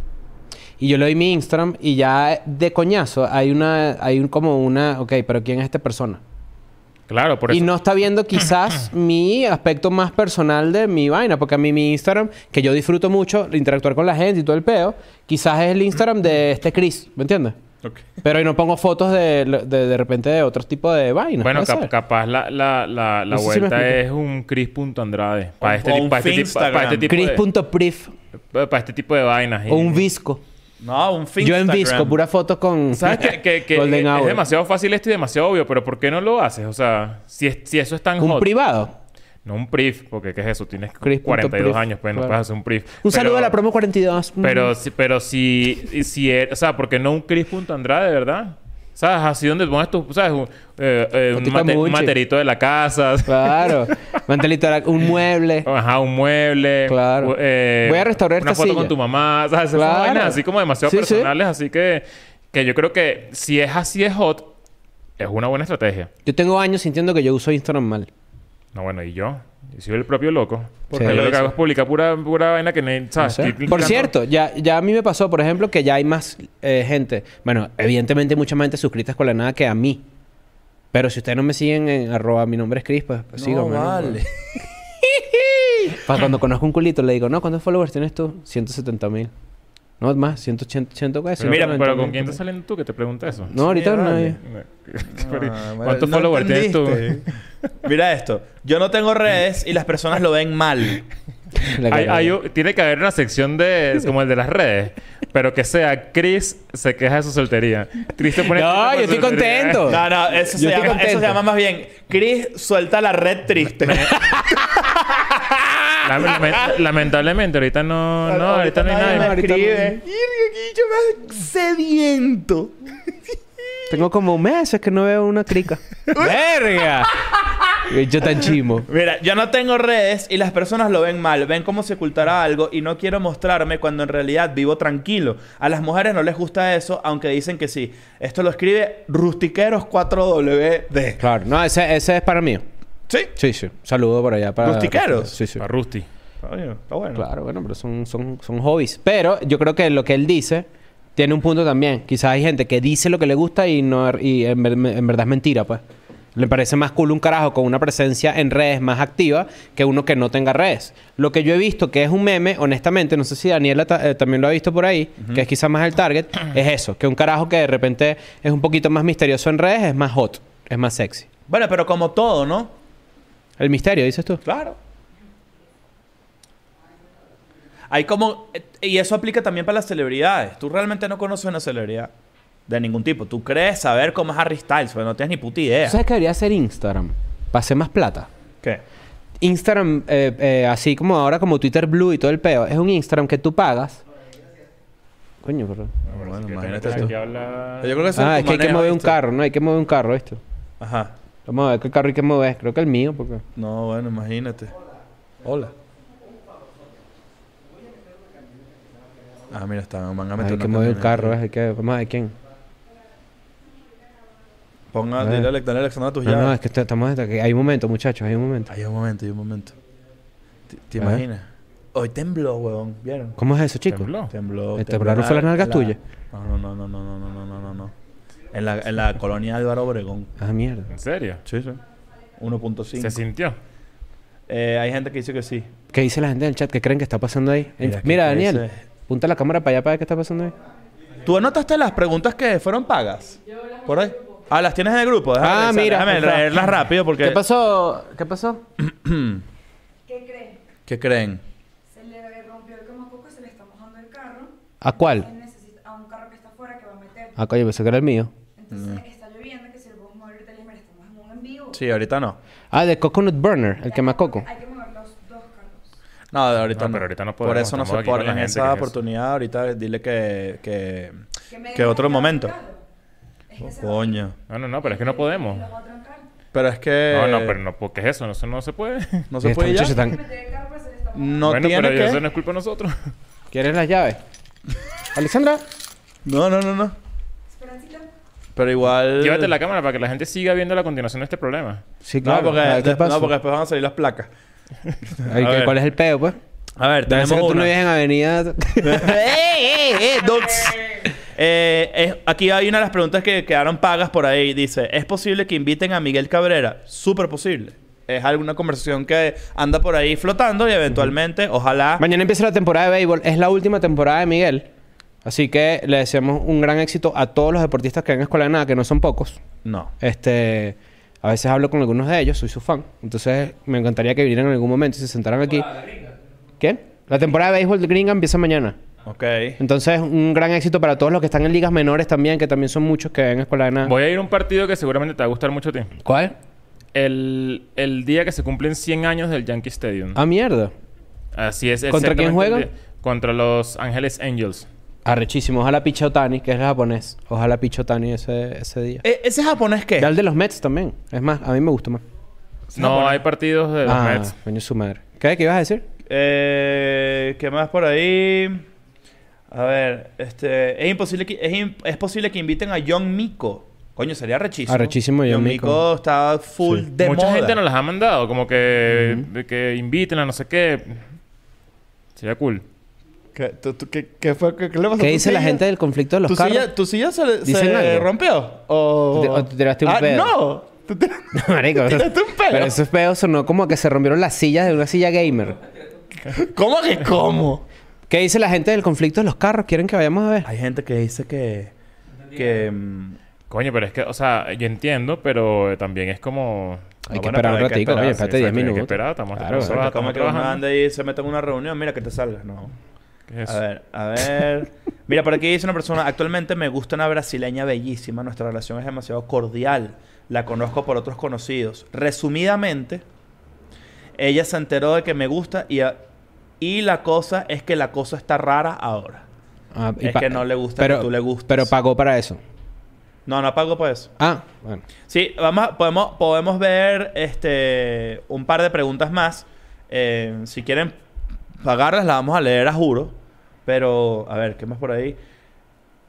Y yo le doy mi Instagram y ya de coñazo hay una, hay un, como una, ok, pero ¿quién es esta persona?
Claro, por eso.
Y no está viendo quizás mi aspecto más personal de mi vaina, porque a mí mi Instagram, que yo disfruto mucho de interactuar con la gente y todo el peo, quizás es el Instagram de este Chris, ¿me entiendes? Pero yo no pongo fotos de de, de repente de otro tipo de vaina.
bueno,
puede
cap-
ser.
capaz la, la, la, la
No sé si me
vuelta
expliqué.
es un Chris.andrade. Para
O-
este,
o
tipo-
un
para este tipo-
Finstagram.
para este tipo de-
Chris.prif
para este tipo de vainas. y-
o un visco.
No, un fin.
Yo en visco, pura foto con
¿Sabes qué? Que, que
Golden
es, es
Hour.
demasiado fácil esto y demasiado obvio, pero ¿por qué no lo haces? O sea, si, es- si eso es tan
Un
hot.
privado.
No un priv, porque ¿qué es eso? Tienes
Chris.priv,
42 años, pues no
claro.
puedes hacer un priv.
Un saludo a la promo 42. Mm.
Pero, si- pero si, y si er- o sea, porque no un Chris Andrade, ¿verdad? ¿Sabes? Así donde pones tu, ¿sabes? Un, eh, eh, un
tipo
mate-
Muchi.
materito de la casa,
Claro. Mantelito, era un mueble.
ajá, un mueble.
Claro.
u- eh,
Voy a restaurar
Una
esta
foto
silla.
con tu mamá, ¿sabes? Esas
Claro.
vainas así como demasiado
Sí, sí.
personales, así que, que yo creo que si es así de hot, es una buena estrategia.
Yo tengo años sintiendo que yo uso Instagram mal.
No, bueno, ¿y yo? Yo soy el propio loco. Porque
Sí.
yo lo que hago es publicar pura, pura vaina que no...
No
¿sabes?
sé.
Estoy
Por
publicando-
cierto, ya, ya a mí me pasó, por ejemplo, que ya hay más eh, gente. Bueno, evidentemente mucha más gente suscrita con la nada que a mí. Pero si ustedes no me siguen en arroba, mi nombre es Cris, pues, pues
No,
síganme, ¿no?
vale.
Para cuando conozco un culito le digo, no, ¿cuántos followers tienes tú? 170 mil. No, más, 180, 140.
Pero, Mira,
190
pero
mil.
¿con quién estás saliendo tú que te pregunta eso?
No, ahorita
Sí,
no
vale.
hay.
Pero,
bueno,
¿Cuántos
Ah, no
followers tienes tú?
entendiste. Mira esto. Yo no tengo redes y las personas lo ven mal.
La
Hay-
cagada.
hay un- tiene que haber una sección de es como el de las redes, pero que sea Chris se queja de su soltería. Chris se pone
No,
triste por
yo
su
estoy
soltería.
contento.
No, no, eso se,
Yo estoy
llama, eso
contento.
se llama más bien. Chris suelta la red triste.
La- lame- lamentablemente ahorita no, no, ahorita no hay
nadie
nadie.
me
Ahorita no.
escribe. Y Yo me sediento.
Tengo como meses que no veo una crica. ¡Verga! Yo tan chimo.
Mira, yo no tengo redes y las personas lo ven mal. Ven cómo se ocultará algo y no quiero mostrarme cuando en realidad vivo tranquilo. A las mujeres no les gusta eso, aunque dicen que sí. Esto lo escribe Rustiqueros4WD.
Claro, no, ese, ese es para mí.
Sí.
Sí, sí. Saludo para allá. Para
¿Rustiqueros?
Sí, sí.
A Rusty.
Coño, está bueno.
Claro, bueno, pero son, son, son hobbies. Pero yo creo que lo que él dice tiene un punto también. Quizás hay gente que dice lo que le gusta y, no, y en, ver- en verdad es mentira, pues. Le parece más cool un carajo con una presencia en redes más activa que uno que no tenga redes. Lo que yo he visto que es un meme, honestamente, no sé si Daniela ta- eh, también lo ha visto por ahí, que es quizás más el target, es eso, que un carajo que de repente es un poquito más misterioso en redes es más hot, es más sexy.
Bueno, pero como todo, ¿no?
El misterio, dices tú.
Claro. Hay como. eh, Y eso aplica también para las celebridades. Tú realmente no conoces una celebridad de ningún tipo. Tú crees saber cómo es Harry Styles, pero no tienes ni puta idea.
¿Tú sabes que debería hacer Instagram? Para hacer más plata.
¿Qué?
Instagram, eh, eh, así como ahora como Twitter Blue y todo el peo, es un Instagram que tú pagas. Coño, perdón.
Bueno, imagínate tú.
Aquí habla-
Yo creo que eso
Ah,
tu
es que hay que
manejo,
mover un
¿viste?
carro, ¿no? Hay que mover un carro, esto.
Ajá.
Vamos a ver qué carro hay que mover. Creo que el mío, porque.
No, bueno, imagínate. Hola. Ah, mira, está. Van a meter
Hay
una
que mover el
camioneta.
carro, eh. ¿ves? Hay que... Vamos a ver quién.
Ponga,
Eh.
dile a Ale- dale a Alexandra tus
No,
llaves.
no, es que esto- estamos. que Hay un momento, muchachos, hay un momento.
Hay un momento, hay un momento. ¿Te, te
A ver.
imaginas? Hoy tembló, huevón. ¿Vieron?
¿Cómo es eso, chicos?
Tembló.
Tembló. tembló
¿Te temblaron fue las
en
nalgas tuyas?
No, no, no, no, no, no, no, no, no, no, no. En la, en la colonia Álvaro Obregón.
Ah, mierda.
¿En serio?
Sí, sí.
Se
1.5.
sintió.
Eh, hay gente que dice que sí.
¿Qué dice la gente del chat? ¿Qué creen que está pasando ahí? En-
Mira,
Mira,
¿qué
Daniel,
dice?
punta la cámara para allá para ver qué está pasando ahí.
¿Tú anotaste las preguntas que fueron pagas? ¿Por ahí? Ah, las tienes en el grupo. Déjame
Ah,
revisar,
mira,
Déjame
perfecto.
leerlas rápido porque...
¿Qué pasó? ¿Qué pasó?
¿Qué creen?
¿Qué creen?
Se le rompió el coco y se le está mojando el carro.
¿A cuál?
Él necesita a un carro que está afuera que va a meter.
Ah, coño, pensé que era el mío.
Mm.
Entonces está lloviendo que si le podemos mover
ahorita Limer, estamos en un en vivo.
Sí, ahorita no.
Ah, de Coconut Burner, el que me coco.
Hay que mover los dos Carlos.
No, ahorita
No,
no.
pero ahorita no
Por
podemos,
eso no
estamos
se
aquí con
por
la
en
gente,
esa
¿qué es?
oportunidad. Ahorita dile que. que...
me
Que otro
dejan
momento.
Carlos. Es que
Oh,
se va-
coño.
No, no, no, pero es que no podemos.
Los otros Carlos.
Pero es que.
No, no, pero no, porque es eso, no, eso no se puede.
¿No se puede ya.
Hay
Estos muchachos
que
están-
meter el carro, pues, se le está mojando.
No
bueno,
tiene
pero
que.
eso no es culpa de nosotros.
¿Quieres las llaves? Alexandra.
No, no, no, no.
Esperancita.
Pero igual.
Llévate la cámara para que la gente siga viendo la continuación de este problema.
Sí,
No, porque,
Ah, ¿qué
de-
pasa?
no, porque después van a salir las placas.
Ay,
a
¿qué-
ver.
¿Cuál es el peo, pues?
A ver,
Debe
tenemos
ser que tú no
una.
vives en avenida...
¡Eh, eh, eh, Docs! Eh, es- aquí hay una de las preguntas que quedaron pagas por ahí. Dice, ¿es posible que inviten a Miguel Cabrera? Súper posible. Es alguna conversación que anda por ahí flotando y eventualmente, ojalá...
Mañana empieza la temporada de béisbol. Es la última temporada de Miguel. Así que le deseamos un gran éxito a todos los deportistas que hay en Escuela de Nada, que no son pocos.
No.
Este... A veces hablo con algunos de ellos, soy su fan. Entonces, me encantaría que vinieran en algún momento y se sentaran aquí. ¿Qué? La temporada de béisbol de Gringa empieza mañana.
Ok. Eh,
Entonces, un gran éxito para todos los que están en ligas menores también, que también son muchos que ven Escuela de Nada.
Voy a ir a un partido que seguramente te va a gustar mucho a ti.
¿Cuál?
El, el día que se cumplen 100 años del Yankee Stadium.
Ah, mierda.
Así es.
¿Contra quién
exactamente
juegan?
el día- Contra los Ángeles Angels.
Arrechísimo. Ojalá piche Otani, que es el japonés. Ojalá piche Otani ese, ese día.
Eh, ¿Ese japonés qué?
Ya el de los Mets también. Es más, a mí me gusta más.
No, hay partidos de los
ah,
Mets.
coño su madre. ¿Qué? ¿Qué ibas a decir?
Eh, ¿Qué más por ahí? A ver, este... Es imposible que... Es, im- es posible que inviten a John Miko. Coño, sería rechísimo.
Arrechísimo John Mico.
Mico está full de
Mucha
moda.
gente nos las ha mandado, como que, de que inviten a no sé qué. Sería cool.
¿Qué, tú- tú- qué- qué fue? ¿Qué, qué le pasó a
¿Qué
tu
dice la
silla?
gente del conflicto de los
¿Tu
carros?
silla, ¿Tu silla se, le-
¿Dicen
se
algo?
rompió? ¿O...
¿O te- o te tiraste un
ah,
pedo?
¡No! Tú te-
Marico,
Tírate un pedo.
Pero esos pedos sonó como que se rompieron las sillas de una silla gamer.
¿Cómo que cómo?
¿Qué dice la gente del conflicto de los carros? ¿Quieren que vayamos a ver?
Hay gente que dice que... Que... mm,
Coño, pero es que, o sea, yo entiendo, pero también es como.
Hay que
bueno,
esperar
pero
un
hay que
ratico.
esperar,
Oye,
sí,
exacto,
espérate 10
hay que
minutos.
esperar, estamos-
Claro.
estamos-
que como
estamos
que uno
trabajando.
anda y se mete en una reunión. Mira, que te salgas. No.
¿qué es
A
eso?
ver, a ver... Mira, por aquí dice una persona... Actualmente me gusta una brasileña bellísima. Nuestra relación es demasiado cordial. La conozco por otros conocidos. Resumidamente... Ella se enteró de que me gusta y... a- y la cosa es que la cosa está rara ahora.
Ah, y
Es
pa-
que no le gusta que tú le gustes.
Pero pagó para eso.
No, no pago por eso.
Ah, bueno.
Sí, vamos a- podemos, podemos ver este, un par de preguntas más. Eh, si quieren pagarlas, las vamos a leer a juro. Pero, a ver, ¿qué más por ahí?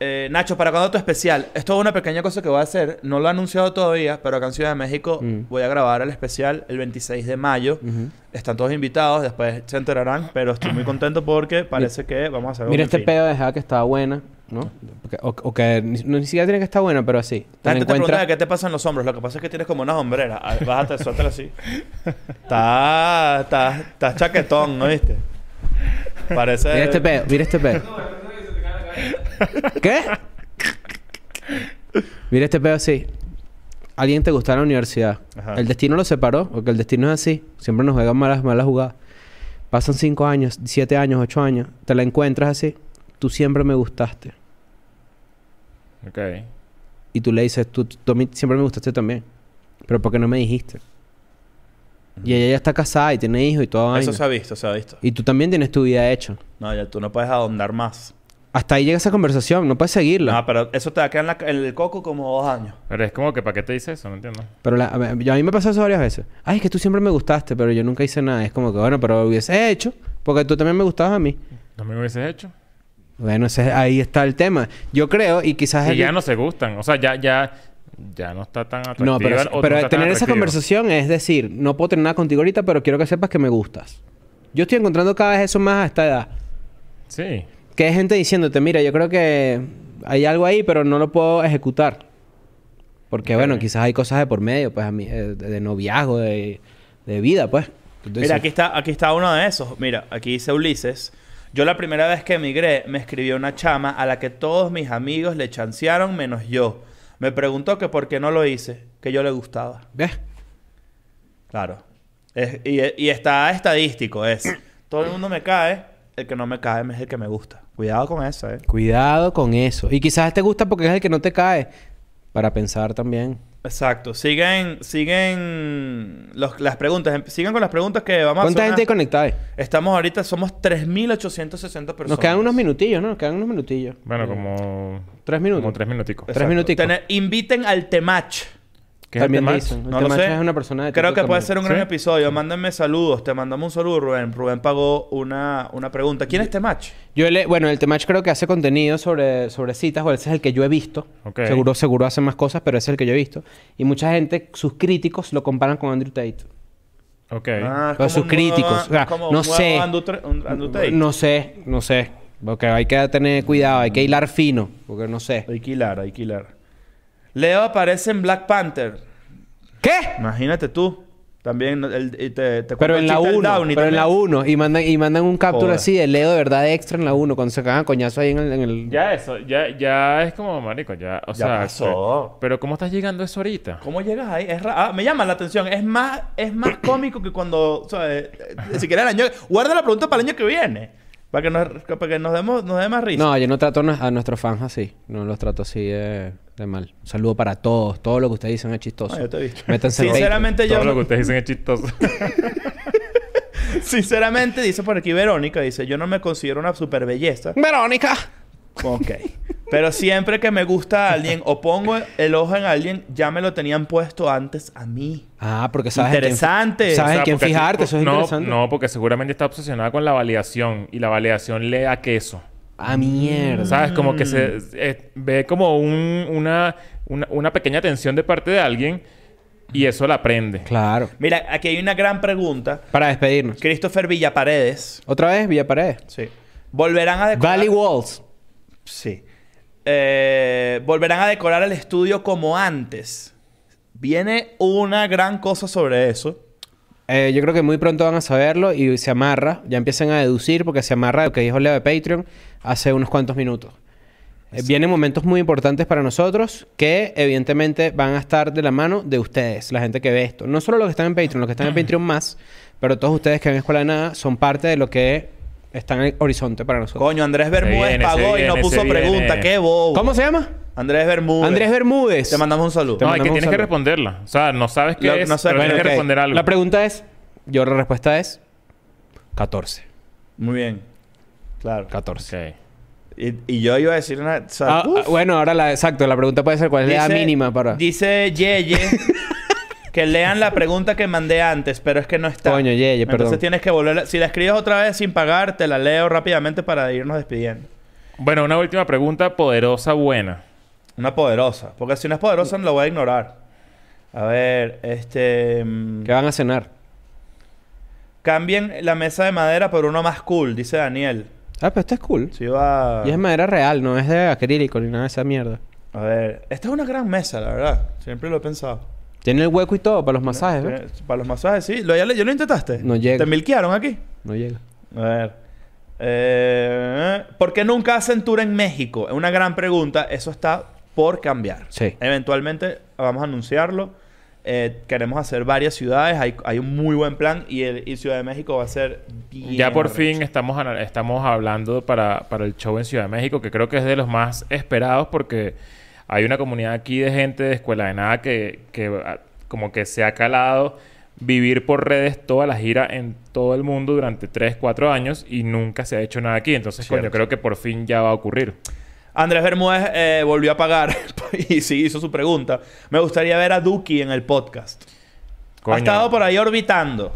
Eh, Nacho, ¿para cuándo tu especial? Esto es una pequeña cosa que voy a hacer. No lo he anunciado todavía, pero acá en Ciudad de México
Mm.
voy a grabar el especial el 26 de mayo.
Ujú.
Están todos invitados, después se enterarán, pero estoy muy contento porque parece que vamos a hacer algo
Mira
muy
este
fino.
pedo de Jada que estaba buena, ¿no? Porque- O, o que ni, no, ni siquiera tiene que estar buena, pero así.
La
Te la
gente te pregunta
encuentras-
qué te pasa en los hombros. Lo que pasa es que tienes como unas hombreras. A ver, Bájate, suéltala así. Estás está, está chaquetón, ¿no viste? Parece...
Mira este pedo, mira este pedo. ¿Qué? Mira este pedo así. Alguien te gustó en la universidad.
Ajá.
El destino lo separó, porque el destino es así. Siempre nos juegan malas, malas jugadas. Pasan cinco años, siete años, ocho años. Te la encuentras así. Tú siempre me gustaste.
Ok.
Y tú le dices, tú, tú a mí siempre me gustaste también. Pero ¿por qué no me dijiste? Y ella ya está casada y tiene hijos y todo.
Eso se ha visto, se ha visto.
Y tú también tienes tu vida hecha.
No, ya tú no puedes ahondar más.
Hasta ahí llega esa conversación, no puedes seguirla.
No, pero eso te va a quedar en, la- en el coco como dos años.
Pero es como que, ¿para qué te dice eso? No entiendo.
Pero la- a, mí, yo- a mí me pasó eso varias veces. Ay, es que tú siempre me gustaste, pero yo nunca hice nada. Es como que, bueno, pero hubiese hecho, porque tú también me gustabas a mí.
No me hubieses hecho.
Bueno, ese- ahí está el tema. Yo creo, y quizás...
Y
el-
ya no se gustan. O sea, ya, ya, ya no está tan atractiva.
No, pero,
o no
pero
está tan
tener esa
atractivo.
conversación es decir, no puedo tener nada contigo ahorita, pero quiero que sepas que me gustas. Yo estoy encontrando cada vez eso más a esta edad.
Sí.
Que hay gente diciéndote, mira, yo creo que hay algo ahí, pero no lo puedo ejecutar. Porque, bueno, quizás hay cosas de por medio, pues, a mí, eh, de, de noviazgo, de, de vida, pues. Entonces,
Mira, aquí está, aquí está uno de esos. Mira, aquí dice Ulises. Yo la primera vez que emigré me escribió una chama a la que todos mis amigos le chancearon menos yo. Me preguntó que por qué no lo hice, que yo le gustaba.
¿Ves?
Claro. Es- y, y está estadístico, es. Todo el mundo me cae, el que no me cae es el que me gusta. Cuidado con eso, ¿eh?
Cuidado con eso. Y quizás te gusta porque es el que no te cae. Para pensar también.
Exacto. Siguen, siguen los- las preguntas. Em- Sigan con las preguntas que vamos
¿Cuánta
a hacer.
gente hay
una-
conectada? ahí?
Estamos ahorita, somos 3.860 personas.
Nos quedan unos minutillos, ¿no? Nos quedan unos minutillos.
Bueno, como...
Mm. Tres minutos.
Como tres minuticos.
Tres minuticos.
Tener- inviten al Temach.
¿Qué es el
También
tema?
dicen.
No lo sé.
es una persona de
Creo
TikTok
que puede
también.
ser un gran
¿Sí?
episodio. Mándenme saludos. Te mandamos un saludo, Rubén. Rubén pagó una, una pregunta. ¿Quién es Temach?
Yo le, bueno, el Temach creo que hace contenido sobre, sobre citas, o ese es el que yo he visto.
Ok.
Seguro, seguro hace más cosas, pero ese es el que yo he visto. Y mucha gente, sus críticos lo comparan con Andrew Tate.
Ok.
Ah, es
Pero
como
sus
un
críticos,
nuevo-
o sea,
es como
no
un nuevo
sé.
Andrew Tra- un Andrew Tate.
No sé, no sé. Porque hay que tener cuidado, hay que hilar fino, porque no sé.
Hay que hilar, hay que hilar. Leo aparece en Black Panther.
¿Qué?
Imagínate tú. También el- y te, te cuento
Pero
el
en la
chiste del
1,
Downey
pero en la
también.
1. Y mandan, y mandan un capture
Joder.
así de Leo de verdad extra en la 1, cuando se cagan a coñazo ahí en el... en el-
Ya eso, ya, ya es como, marico, ya, o
Ya
sea... pues,
pasó.
Pero, ¿cómo estás llegando a eso ahorita?
¿Cómo llegas ahí? Es ra- ah, me llama la atención. Es más, es más cómico que cuando, ¿sabes? Eh, Si quieres el año... Guarda la pregunta para el año que viene. Para que nos, para que nos, demos, nos dé más risa.
No, yo no trato a nos- a nuestros fans así. No los trato así de, de mal. Un saludo para todos. Todo lo que ustedes dicen es chistoso.
No, Ah, yo te he visto.
Métanse en Patreon.
Sinceramente, yo...
Todo lo que ustedes dicen es chistoso.
Sinceramente, dice por aquí Verónica, dice, yo no me considero una super belleza.
Verónica.
Ok. Pero siempre que me gusta a alguien o pongo el ojo en alguien, ya me lo tenían puesto antes a mí.
Ah, porque sabes. en quién-
Interesante.
sabes
O
en
sea,
quién
porque-
fijarte, eso es
no,
interesante.
No, porque seguramente está obsesionada con la validación y la validación le da queso.
Ah, mierda.
¿Sabes? Como que se
Mm.
eh, ve como un- una, una, una pequeña atención de parte de alguien y eso la aprende.
Claro.
Mira, aquí hay una gran pregunta.
Para despedirnos.
Christopher Villaparedes.
Otra vez, Villa Paredes.
Sí. ¿Volverán a decorar...
Valley Walls.
Sí. Eh, ¿Volverán a decorar el estudio como antes? Viene una gran cosa sobre eso.
Eh, yo creo que muy pronto van a saberlo y se amarra. Ya empiezan a deducir porque se amarra lo que dijo Leo de Patreon hace unos cuantos minutos. Eh, vienen momentos muy importantes para nosotros que evidentemente van a estar de la mano de ustedes, la gente que ve esto. No solo los que están en Patreon, los que están en Patreon más, pero todos ustedes que ven Escuela de Nada son parte de lo que está en el horizonte para nosotros.
Coño, Andrés Bermúdez
viene, se
pagó y no
viene,
puso
se viene.
pregunta. ¡Qué bobo!
¿Cómo se llama?
Andrés Bermúdez.
Andrés Bermúdez.
Te mandamos un saludo.
Te
No, es que
mandamos un
tienes que
saludo.
responderla. O sea, no sabes qué
Lo-
es,
no sabes
pero
qué
tienes
es.
que
Ok.
responder algo.
La pregunta es, yo la respuesta es 14.
Muy bien. Claro.
14.
Ok.
Y, y yo iba a decir una. o sea,
Ah,
uf.
ah, bueno, ahora la exacto, la pregunta puede ser cuál es la edad
Dice-
mínima para
Dice Yeye que lean la pregunta que mandé antes, pero es que no está.
Coño, Yeye, perdón.
Entonces tienes que volver. Si la escribes otra vez sin pagar, te la leo rápidamente para irnos despidiendo.
Bueno, una última pregunta poderosa, buena.
Una poderosa. Porque si no es poderosa, lo voy a ignorar. A ver, este. mm,
que van a cenar.
Cambien la mesa de madera por uno más cool, dice Daniel.
Ah, pero esto es cool.
Si va.
Y es madera real, no es de acrílico ni nada de esa mierda.
A ver, esta es una gran mesa, la verdad. Siempre lo he pensado.
Tiene el hueco y todo para los masajes, ¿ves?
Tiene- Para los masajes, sí. ¿Lo, ya, lo- ya lo intentaste?
No llega.
¿Te milquearon aquí?
No llega.
A ver. Eh, ¿Por qué nunca hacen tour en México? Es una gran pregunta. Eso está por cambiar.
Sí.
Eventualmente vamos a anunciarlo. Eh, queremos hacer varias ciudades. Hay, hay un muy buen plan. Y, el, y Ciudad de México va a ser bien
ya por
arrecho.
fin estamos, ana- estamos hablando para, para el show en Ciudad de México, que creo que es de los más esperados porque hay una comunidad aquí de gente de escuela de nada que, que ah, como que se ha calado vivir por redes toda la gira en todo el mundo durante 3, 4 años y nunca se ha hecho nada aquí. Entonces, coño,
Cierto.
creo que por fin ya va a ocurrir.
Andrés Bermúdez eh, volvió a pagar. y sí hizo su pregunta. Me gustaría ver a Duki en el podcast.
Coño,
Ha estado por ahí orbitando.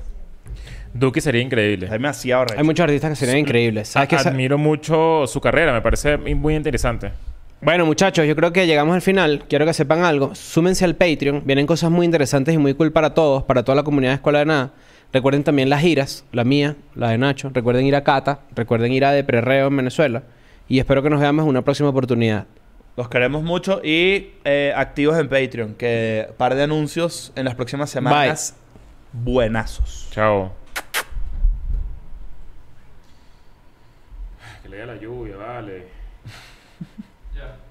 Duki sería increíble.
Hay demasiado arrecho.
Hay muchos artistas que serían increíbles. ¿Sabes qué?
A- Admiro mucho su carrera, me parece muy interesante.
Bueno, muchachos, yo creo que llegamos al final. Quiero que sepan algo. Súmense al Patreon. Vienen cosas muy interesantes y muy cool para todos, para toda la comunidad de Escuela de Nada. Recuerden también las giras, la mía, la de Nacho. Recuerden ir a Cata. Recuerden ir a De Prerreo en Venezuela. Y espero que nos veamos en una próxima oportunidad.
Los queremos mucho y eh, activos en Patreon, que par de anuncios en las próximas semanas. Buenazos.
Chao.